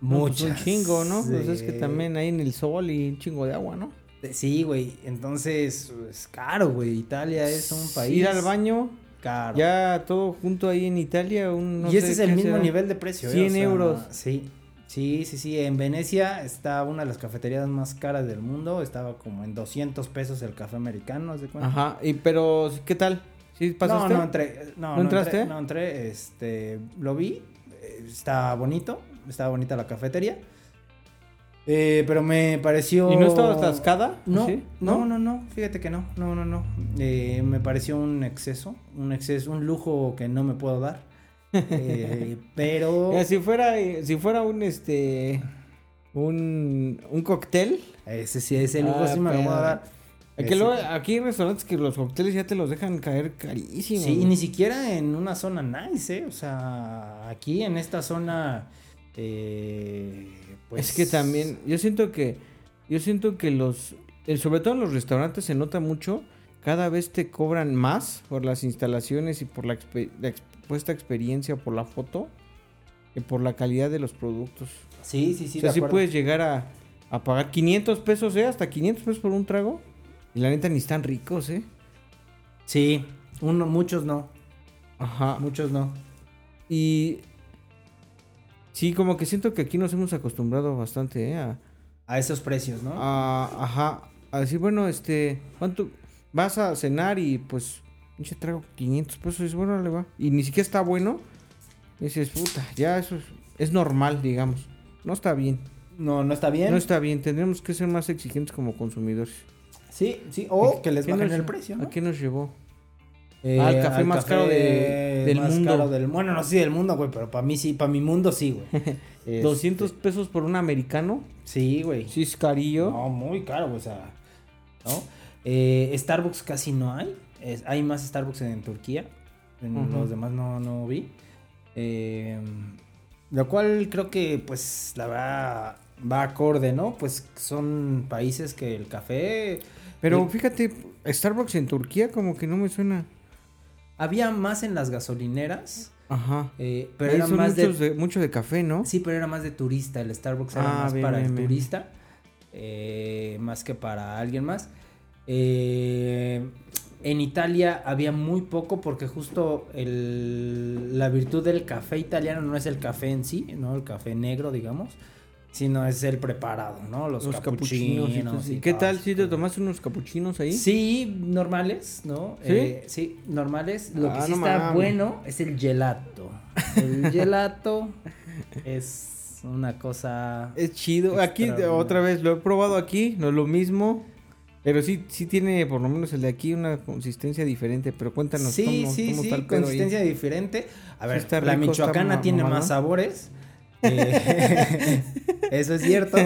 Speaker 4: No, pues
Speaker 3: Muchas.
Speaker 4: un chingo, ¿no? Pues es que
Speaker 3: Eh,
Speaker 4: también hay en el sol y un chingo de agua, ¿no?
Speaker 3: Sí, güey. Entonces, es caro, güey. Italia es un país.
Speaker 4: Ir al baño,
Speaker 3: Caro.
Speaker 4: ya todo junto ahí en Italia. Un, no
Speaker 3: y ese
Speaker 4: sé
Speaker 3: es el
Speaker 4: qué
Speaker 3: mismo
Speaker 4: será.
Speaker 3: nivel de precio. ¿eh?
Speaker 4: 100 euros.
Speaker 3: Sí. Sí, sí, sí. En Venecia está una de las cafeterías más caras del mundo. Estaba como en 200 pesos el café americano, ¿haz de cuenta?
Speaker 4: Ajá, y, pero ¿qué tal? ¿Sí este
Speaker 3: No,
Speaker 4: pasaste?
Speaker 3: no entré. eh, No,
Speaker 4: ¿No
Speaker 3: no entré,
Speaker 4: entraste?
Speaker 3: No entré. Este, lo vi. eh, Está bonito. Estaba bonita la cafetería. eh, pero me pareció.
Speaker 4: ¿Y no estaba atascada?
Speaker 3: No,
Speaker 4: ¿Sí?
Speaker 3: no, no, no, fíjate que no, no, no, no. Eh, me pareció un exceso, un exceso, un lujo que no me puedo
Speaker 4: *laughs*
Speaker 3: dar. Eh, pero
Speaker 4: Mira, si fuera, eh, si fuera un este un, un cóctel.
Speaker 3: ese sí, ese lujo
Speaker 4: Ah,
Speaker 3: sí me lo voy a
Speaker 4: pero-
Speaker 3: dar.
Speaker 4: Aquí,
Speaker 3: Ese-
Speaker 4: luego- aquí hay restaurantes que los cócteles ya te los dejan caer carísimo.
Speaker 3: Sí,
Speaker 4: güey.
Speaker 3: y ni siquiera en una zona nice, ¿eh? O sea, aquí en esta zona. eh, pues,
Speaker 4: Es que también, yo siento que, yo siento que los, eh, sobre todo en los restaurantes se nota mucho, cada vez te cobran más por las instalaciones y por la, expe- la expuesta experiencia, por la foto, y por la calidad de los productos.
Speaker 3: Sí, sí, sí.
Speaker 4: o sea,
Speaker 3: de
Speaker 4: sí
Speaker 3: acuerdo.
Speaker 4: puedes llegar a, a pagar 500 pesos, ¿eh? Hasta 500 pesos por un trago. Y la neta ni están ricos, ¿eh?
Speaker 3: Sí, uno, muchos no.
Speaker 4: Ajá.
Speaker 3: Muchos no.
Speaker 4: Y... Sí, como que siento que aquí nos hemos acostumbrado bastante, ¿eh? A,
Speaker 3: A esos precios,
Speaker 4: Ah.
Speaker 3: ¿no?
Speaker 4: a- ajá, a decir, bueno, este, ¿cuánto vas a cenar? Y pues, pinche trago 500 pesos, y dices, bueno, le va. Y ni siquiera está bueno. Y dices, puta, ya eso es, es normal, digamos. No está bien.
Speaker 3: no, no está bien.
Speaker 4: No está bien. Tendremos que ser más exigentes como consumidores.
Speaker 3: Sí, sí. O
Speaker 4: ¿A
Speaker 3: que les
Speaker 4: qué
Speaker 3: bajen
Speaker 4: nos-
Speaker 3: el precio,
Speaker 4: ¿A
Speaker 3: ¿no?
Speaker 4: qué nos llevó?
Speaker 3: Eh,
Speaker 4: al café más caro de- del
Speaker 3: más
Speaker 4: mundo.
Speaker 3: caro del- bueno, no sé si del mundo, güey, pero para mí sí, para mi mundo sí,
Speaker 4: *laughs*
Speaker 3: güey. Este,
Speaker 4: 200 pesos por un americano.
Speaker 3: Sí, güey.
Speaker 4: Sí, es carillo.
Speaker 3: No, muy caro, güey, o sea, ¿no? Eh, Starbucks casi no hay. Es- hay más Starbucks en Turquía. En
Speaker 4: Ujú.
Speaker 3: los demás no, no vi. Eh, lo cual creo que, pues, la verdad va acorde, ¿no? Pues son países que el café...
Speaker 4: Pero
Speaker 3: Eh,
Speaker 4: fíjate, Starbucks en Turquía como que no me suena.
Speaker 3: había más en las gasolineras,
Speaker 4: Ajá.
Speaker 3: eh, pero
Speaker 4: Ahí
Speaker 3: era
Speaker 4: son
Speaker 3: más de,
Speaker 4: muchos de- mucho de café, ¿no?
Speaker 3: Sí, pero era más de turista. El Starbucks era
Speaker 4: Ah,
Speaker 3: más
Speaker 4: bien,
Speaker 3: para
Speaker 4: bien,
Speaker 3: el
Speaker 4: bien.
Speaker 3: turista. eh, más que para alguien más. Eh, en Italia había muy poco porque justo el- la virtud del café italiano no es el café en sí, ¿no? El café negro, digamos. Sino es el preparado, ¿no? Los, capuchinos.
Speaker 4: y todo eso.
Speaker 3: y
Speaker 4: ¿Y ¿Qué
Speaker 3: todo
Speaker 4: tal
Speaker 3: eso.
Speaker 4: si te tomaste unos capuchinos ahí?
Speaker 3: Sí, normales, ¿no?
Speaker 4: ¿Sí?
Speaker 3: Eh, sí, normales. Lo
Speaker 4: Ah,
Speaker 3: que sí
Speaker 4: no
Speaker 3: está
Speaker 4: mames.
Speaker 3: bueno es el gelato.
Speaker 4: *laughs*
Speaker 3: El gelato es una cosa.
Speaker 4: Es chido. Aquí
Speaker 3: Extraordinario.
Speaker 4: otra vez lo he probado aquí, no es lo mismo. Pero sí, sí tiene por lo menos el de aquí una consistencia diferente. Pero cuéntanos
Speaker 3: sí,
Speaker 4: cómo,
Speaker 3: sí,
Speaker 4: cómo
Speaker 3: sí,
Speaker 4: está el pedo ahí.
Speaker 3: consistencia diferente. A ver,
Speaker 4: está
Speaker 3: la
Speaker 4: rico, está
Speaker 3: michoacana
Speaker 4: ma-
Speaker 3: tiene
Speaker 4: mamalón.
Speaker 3: más
Speaker 4: *laughs*
Speaker 3: sabores. Eh, *laughs* eso es cierto.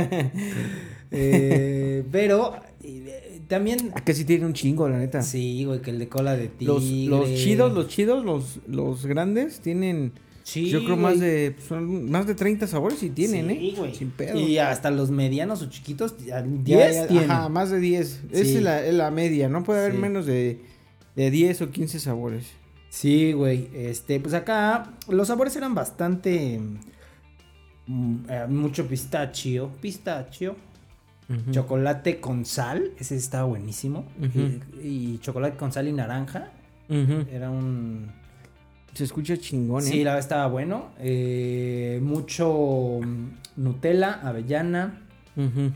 Speaker 3: Eh, pero eh, también.
Speaker 4: Ah, Que sí tiene un chingo, la neta.
Speaker 3: Sí, güey, que el de cola de tigre.
Speaker 4: Los, los chidos, los chidos, los, los grandes tienen,
Speaker 3: Sí,
Speaker 4: yo creo, más
Speaker 3: güey.
Speaker 4: de pues, son más de 30 sabores y tienen,
Speaker 3: Sí,
Speaker 4: ¿eh?
Speaker 3: güey.
Speaker 4: Sin pedo.
Speaker 3: Y hasta los medianos o chiquitos, ya 10
Speaker 4: Ya, ya,
Speaker 3: tienen.
Speaker 4: Ajá, más de 10. Esa
Speaker 3: Sí.
Speaker 4: es la, es la media, no puede haber
Speaker 3: Sí.
Speaker 4: menos de, de 10 o 15 sabores.
Speaker 3: Sí, güey. Este, pues acá los sabores eran bastante. mm, eh, mucho pistachio. Pistachio. Chocolate con sal. Ese estaba buenísimo.
Speaker 4: Ujú.
Speaker 3: y, y chocolate con sal y naranja.
Speaker 4: Ujú.
Speaker 3: Era un.
Speaker 4: Se escucha chingón, ¿eh?
Speaker 3: Sí, la verdad estaba bueno. Eh, mucho mm, Nutella, avellana.
Speaker 4: Ujú,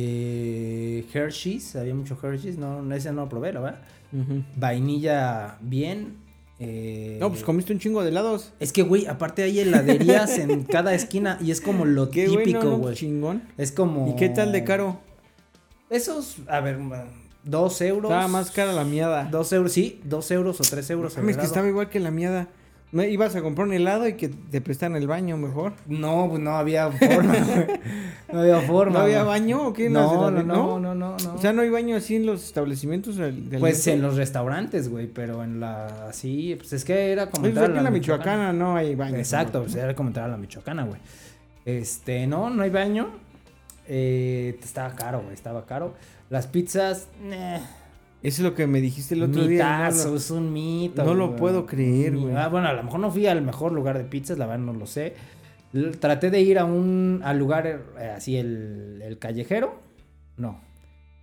Speaker 3: eh, Hershey's. Había mucho Hershey's. No, no, ese no lo probé, la verdad.
Speaker 4: ujú.
Speaker 3: Vainilla bien. eh,
Speaker 4: No, pues comiste un chingo de helados.
Speaker 3: Es que, güey, aparte hay heladerías
Speaker 4: *laughs*
Speaker 3: en cada esquina y es como lo
Speaker 4: Qué
Speaker 3: típico,
Speaker 4: bueno,
Speaker 3: güey.
Speaker 4: ¿no? chingón.
Speaker 3: es como...
Speaker 4: ¿Y qué tal de caro?
Speaker 3: Esos, a ver, ma- dos euros.
Speaker 4: Estaba más cara la miada.
Speaker 3: Dos euros, sí, dos euros o tres euros. el
Speaker 4: Mames, que
Speaker 3: helado.
Speaker 4: estaba igual que la miada. Me ibas a comprar un helado y que te prestan el baño mejor.
Speaker 3: No, pues no había
Speaker 4: *laughs*
Speaker 3: forma, güey. No había forma.
Speaker 4: ¿No había
Speaker 3: güey.
Speaker 4: baño o qué? en las
Speaker 3: No, no,
Speaker 4: heladerías?
Speaker 3: no, no, no, no.
Speaker 4: O sea, no hay baño así en los establecimientos. de- de
Speaker 3: pues en
Speaker 4: alimentos?
Speaker 3: los restaurantes, güey, pero en la... Sí, pues es que era como...
Speaker 4: Oye, pues
Speaker 3: entrar a
Speaker 4: aquí en la michoacana no hay baño.
Speaker 3: Exacto, pues era como entrar a la Michoacana, güey. Este, no, no hay baño. Eh, estaba caro, güey, estaba caro. Las pizzas, nah,
Speaker 4: Eso es lo que me dijiste el otro día.
Speaker 3: Mitazo,
Speaker 4: ¿no?
Speaker 3: es un mito.
Speaker 4: no lo
Speaker 3: güey.
Speaker 4: puedo creer,
Speaker 3: Ni-
Speaker 4: güey.
Speaker 3: Ah, bueno, a lo mejor no fui al mejor lugar de pizzas, la verdad no lo sé. L- Traté de ir a un al lugar eh, así, el, el callejero. No.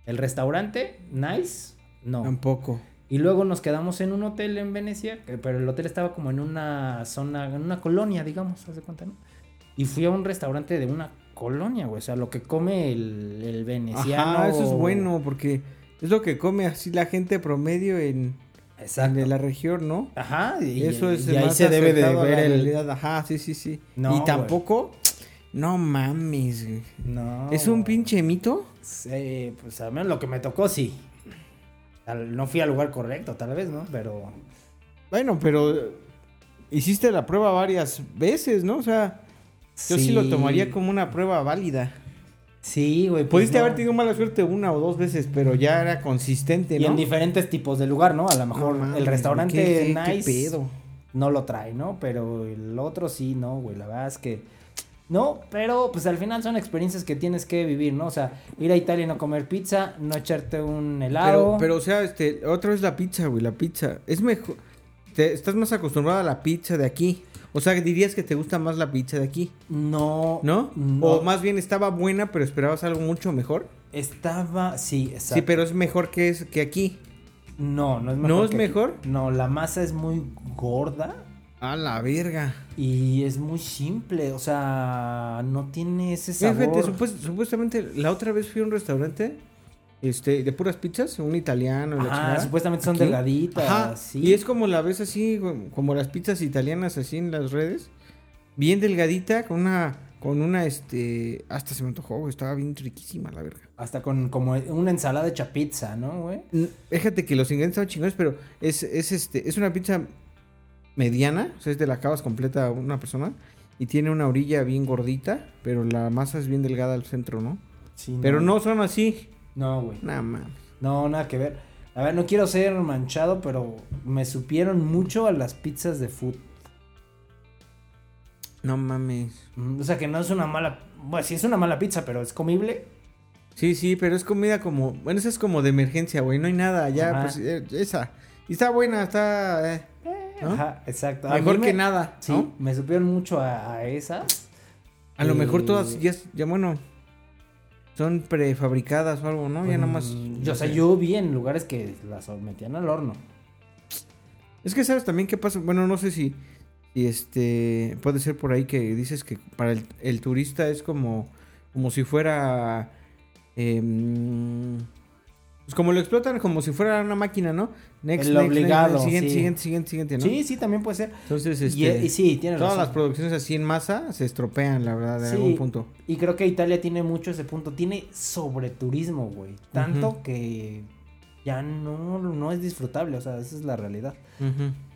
Speaker 3: El restaurante, nice. No.
Speaker 4: Tampoco.
Speaker 3: Y luego nos quedamos en un hotel en Venecia, que- pero el hotel estaba como en una zona, en una colonia, digamos, haz de cuenta, ¿no? Y fui a un restaurante de una colonia, güey. O sea, lo que come el, el veneciano.
Speaker 4: Ajá, eso es bueno porque es lo que come así la gente promedio en,
Speaker 3: Exacto.
Speaker 4: de la región, ¿no?
Speaker 3: Ajá, y,
Speaker 4: eso es
Speaker 3: y ahí
Speaker 4: más
Speaker 3: se debe de
Speaker 4: acertado a
Speaker 3: ver
Speaker 4: la
Speaker 3: el.
Speaker 4: realidad. Ajá, sí, sí, sí.
Speaker 3: No,
Speaker 4: y tampoco, no mames, güey.
Speaker 3: No.
Speaker 4: ¿Es un
Speaker 3: güey.
Speaker 4: pinche mito?
Speaker 3: Sí, pues al menos lo que me tocó sí. Tal- No fui al lugar correcto, tal vez, ¿no? Pero.
Speaker 4: Bueno, pero eh, hiciste la prueba varias veces, ¿no? O sea, yo sí, lo tomaría como una prueba válida.
Speaker 3: Sí, güey. pues
Speaker 4: Pudiste
Speaker 3: no.
Speaker 4: haber tenido mala suerte una o dos veces, pero ya era consistente,
Speaker 3: Y
Speaker 4: ¿no?
Speaker 3: en diferentes tipos de lugar, ¿no? A lo mejor
Speaker 4: No mames,
Speaker 3: el restaurante
Speaker 4: ¿qué- qué- qué
Speaker 3: nice
Speaker 4: pedo?
Speaker 3: no lo trae, ¿no? Pero el otro sí, no, güey. La verdad es que. No, pero pues al final son experiencias que tienes que vivir, ¿no? O sea, ir a Italia y no comer pizza, no echarte un helado.
Speaker 4: Pero, pero, o sea, este, otra vez la pizza, güey, la pizza. Es mejor. te- estás más acostumbrado a la pizza de aquí. O sea, dirías que te gusta más la pizza de aquí,
Speaker 3: No.
Speaker 4: ¿no? O más bien estaba buena, pero esperabas algo mucho mejor.
Speaker 3: Estaba. Sí, exacto.
Speaker 4: Sí, pero es mejor que, es, que aquí.
Speaker 3: No, no es
Speaker 4: ¿No
Speaker 3: mejor.
Speaker 4: es
Speaker 3: que-
Speaker 4: mejor?
Speaker 3: No, la masa es muy gorda
Speaker 4: A la verga.
Speaker 3: y es muy simple. O sea, no tiene ese
Speaker 4: Mira,
Speaker 3: sabor.
Speaker 4: fíjate, supues- supuestamente la otra vez fui a un restaurante este, de puras pizzas, un italiano. la
Speaker 3: Ajá,
Speaker 4: chingada.
Speaker 3: supuestamente son
Speaker 4: Aquí.
Speaker 3: delgaditas.
Speaker 4: Ajá,
Speaker 3: sí.
Speaker 4: Y es como la ves así, güey, como las pizzas italianas así en las redes. Bien delgadita, con una, con una, este, hasta se me antojó, güey, estaba bien riquísima la verga.
Speaker 3: Hasta con como una ensalada hecha pizza, ¿no, güey?
Speaker 4: N- Fíjate que los ingredientes estaban chingones, pero es, es este, es una pizza mediana, o sea, es de la acabas completa a una persona. Y tiene una orilla bien gordita, pero la masa es bien delgada al centro, ¿no?
Speaker 3: Sí,
Speaker 4: Pero no son así.
Speaker 3: No, güey.
Speaker 4: Nada más.
Speaker 3: No, nada que ver. A ver, no quiero ser manchado, pero me supieron mucho a las pizzas de food.
Speaker 4: No mames.
Speaker 3: Mm, O sea, que no es una mala. Bueno, sí es una mala pizza, pero es comible.
Speaker 4: Sí, sí, pero es comida como. Bueno, esa es como de emergencia, güey. No hay nada. Ya,
Speaker 3: Ajá.
Speaker 4: pues, eh, esa. Y está buena, está. eh, ¿no?
Speaker 3: Ajá, exacto. A
Speaker 4: Mejor
Speaker 3: mí
Speaker 4: que
Speaker 3: me-
Speaker 4: nada.
Speaker 3: Sí,
Speaker 4: ¿no?
Speaker 3: me supieron mucho a, a esas.
Speaker 4: A lo mejor
Speaker 3: Eh,
Speaker 4: todas ya, ya, bueno. Son prefabricadas o algo, ¿no? Ya nada más.
Speaker 3: Mm,
Speaker 4: no
Speaker 3: Yo, o sea,
Speaker 4: sé.
Speaker 3: yo vi en lugares que las metían al horno.
Speaker 4: Es que sabes también qué pasa. Bueno, no sé si. Y este. Puede ser por ahí que dices que para el, el turista es como. Como si fuera. em, pues como lo explotan como si fuera una máquina, ¿no?
Speaker 3: El obligado,
Speaker 4: siguiente,
Speaker 3: sí.
Speaker 4: siguiente, siguiente, siguiente, ¿no?
Speaker 3: Sí, sí, también puede ser.
Speaker 4: Entonces,
Speaker 3: Y- e,
Speaker 4: este,
Speaker 3: y, sí, tiene
Speaker 4: todas las
Speaker 3: razón.
Speaker 4: producciones así en masa se estropean, la verdad, en
Speaker 3: Sí.
Speaker 4: algún punto.
Speaker 3: Y creo que Italia tiene mucho ese punto. Tiene sobreturismo, güey. Tanto
Speaker 4: Ujú.
Speaker 3: que ya no, no es disfrutable. O sea, esa es la realidad.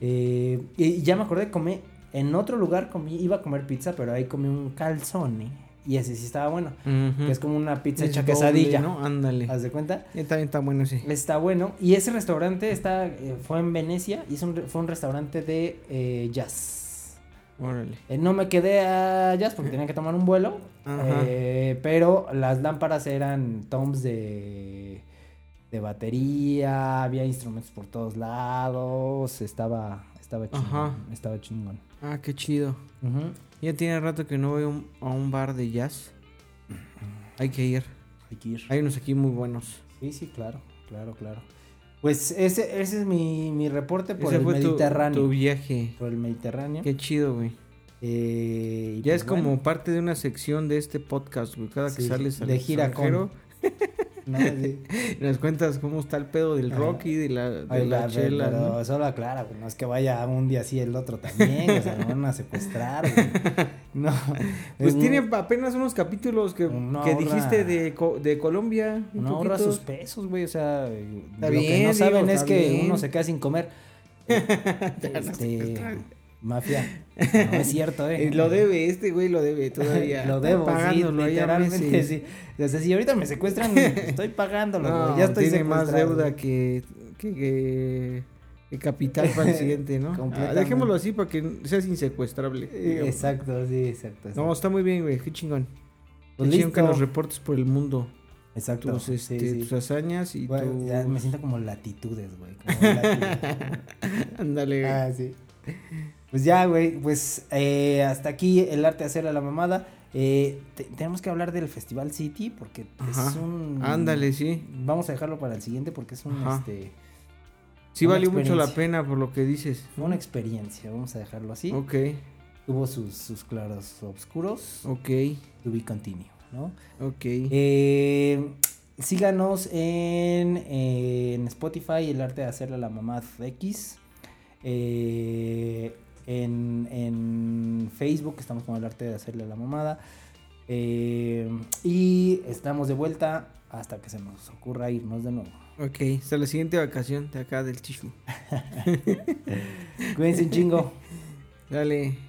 Speaker 3: Eh, y ya me acordé, comí. En otro lugar comí, iba a comer pizza, pero ahí comí un calzone. Y ese sí estaba bueno. Que es como una pizza
Speaker 4: Es
Speaker 3: hecha
Speaker 4: doble,
Speaker 3: quesadilla.
Speaker 4: ¿no? Ándale.
Speaker 3: ¿Haz de cuenta?
Speaker 4: Eh, También está bueno ese.
Speaker 3: Está bueno. Y ese restaurante está, eh, fue en Venecia y es un re- fue un restaurante de eh, jazz.
Speaker 4: Órale.
Speaker 3: Eh, no me quedé a jazz porque tenía que tomar un vuelo.
Speaker 4: Ajá.
Speaker 3: eh, pero las lámparas eran toms de, de batería, había instrumentos por todos lados. Estaba, estaba chingón.
Speaker 4: Ajá.
Speaker 3: Estaba chingón.
Speaker 4: Ah, qué chido.
Speaker 3: Ujú.
Speaker 4: Ya tiene rato que no voy a un- a un bar de jazz. Hay que ir.
Speaker 3: Hay que ir.
Speaker 4: Hay unos aquí muy buenos.
Speaker 3: Sí, sí, claro, claro, claro. Pues ese, ese es mi, mi reporte por
Speaker 4: ese
Speaker 3: el
Speaker 4: fue tu,
Speaker 3: Mediterráneo.
Speaker 4: tu viaje.
Speaker 3: Por el Mediterráneo.
Speaker 4: Qué chido, güey.
Speaker 3: Eh, y
Speaker 4: Ya
Speaker 3: pues
Speaker 4: es
Speaker 3: bueno,
Speaker 4: como parte de una sección de este podcast, güey. Cada que
Speaker 3: Sí,
Speaker 4: sales al
Speaker 3: de gira con.
Speaker 4: extranjero,
Speaker 3: ¿no? De-
Speaker 4: nos cuentas cómo está el pedo del
Speaker 3: Ajá.
Speaker 4: rock y de la, de
Speaker 3: Ay,
Speaker 4: la
Speaker 3: a ver,
Speaker 4: chela,
Speaker 3: pero
Speaker 4: ¿no?
Speaker 3: solo aclara, güey, no es que vaya un día así el otro también, o sea, me van a secuestrar,
Speaker 4: *laughs*
Speaker 3: güey. No.
Speaker 4: Pues
Speaker 3: es un-
Speaker 4: tiene apenas unos capítulos que,
Speaker 3: No
Speaker 4: que
Speaker 3: ahorra-
Speaker 4: dijiste de, Co- de Colombia. un
Speaker 3: Uno ahorra
Speaker 4: poquito.
Speaker 3: sus pesos, güey, o sea, lo que
Speaker 4: bien,
Speaker 3: no saben
Speaker 4: digo,
Speaker 3: es
Speaker 4: está
Speaker 3: que
Speaker 4: bien.
Speaker 3: uno se queda sin
Speaker 4: *laughs*
Speaker 3: comer. Eh, Este, mafia, no es cierto,
Speaker 4: *laughs*
Speaker 3: eh.
Speaker 4: Eh, lo debe, este güey lo debe todavía.
Speaker 3: *laughs* Lo debo,
Speaker 4: Está
Speaker 3: sí,
Speaker 4: pagándolo ahí a
Speaker 3: literalmente,
Speaker 4: meses.
Speaker 3: sí. O sea, si ahorita me
Speaker 4: *laughs*
Speaker 3: secuestran, estoy pagándolo,
Speaker 4: No,
Speaker 3: güey, ya estoy
Speaker 4: tiene más
Speaker 3: secuestrado.
Speaker 4: deuda que, que, que- que capital *laughs* para el siguiente, ¿no? Ah,
Speaker 3: Completamente. Eh,
Speaker 4: dejémoslo así para que seas insecuestrable. digamos.
Speaker 3: Exacto, sí, exacto. exacto.
Speaker 4: No, está muy bien, güey. Qué chingón.
Speaker 3: Pues
Speaker 4: Qué chingón que
Speaker 3: listo.
Speaker 4: nos reportes por el mundo.
Speaker 3: Exacto.
Speaker 4: tus, este,
Speaker 3: sí, sí.
Speaker 4: tus hazañas y
Speaker 3: Güey,
Speaker 4: tu...
Speaker 3: ya
Speaker 4: *laughs*
Speaker 3: me siento como latitudes, güey. como latitudes.
Speaker 4: Ándale.
Speaker 3: Ah, sí. Pues ya, güey, pues eh, hasta aquí el arte de hacer a la mamada. Eh, te- tenemos que hablar del Festival City porque es
Speaker 4: Ajá.
Speaker 3: un...
Speaker 4: Ándale, sí.
Speaker 3: Vamos a dejarlo para el siguiente porque es un,
Speaker 4: Ajá.
Speaker 3: este,
Speaker 4: Sí
Speaker 3: Una
Speaker 4: valió mucho la
Speaker 3: experiencia.
Speaker 4: pena por lo que dices.
Speaker 3: fue una experiencia, vamos a dejarlo así.
Speaker 4: Ok,
Speaker 3: Tuvo sus, sus claros oscuros.
Speaker 4: ok,
Speaker 3: To be continued, ¿no?
Speaker 4: ok.
Speaker 3: Eh, síganos en, en Spotify, el arte de hacerle a la mamá X. Eh, en, en Facebook estamos con el arte de hacerle a la mamada. Eh, y estamos de vuelta hasta que se nos ocurra irnos de nuevo.
Speaker 4: Ok, hasta la siguiente vacación de acá del Chifu.
Speaker 3: Cuídense un chingo.
Speaker 4: Dale.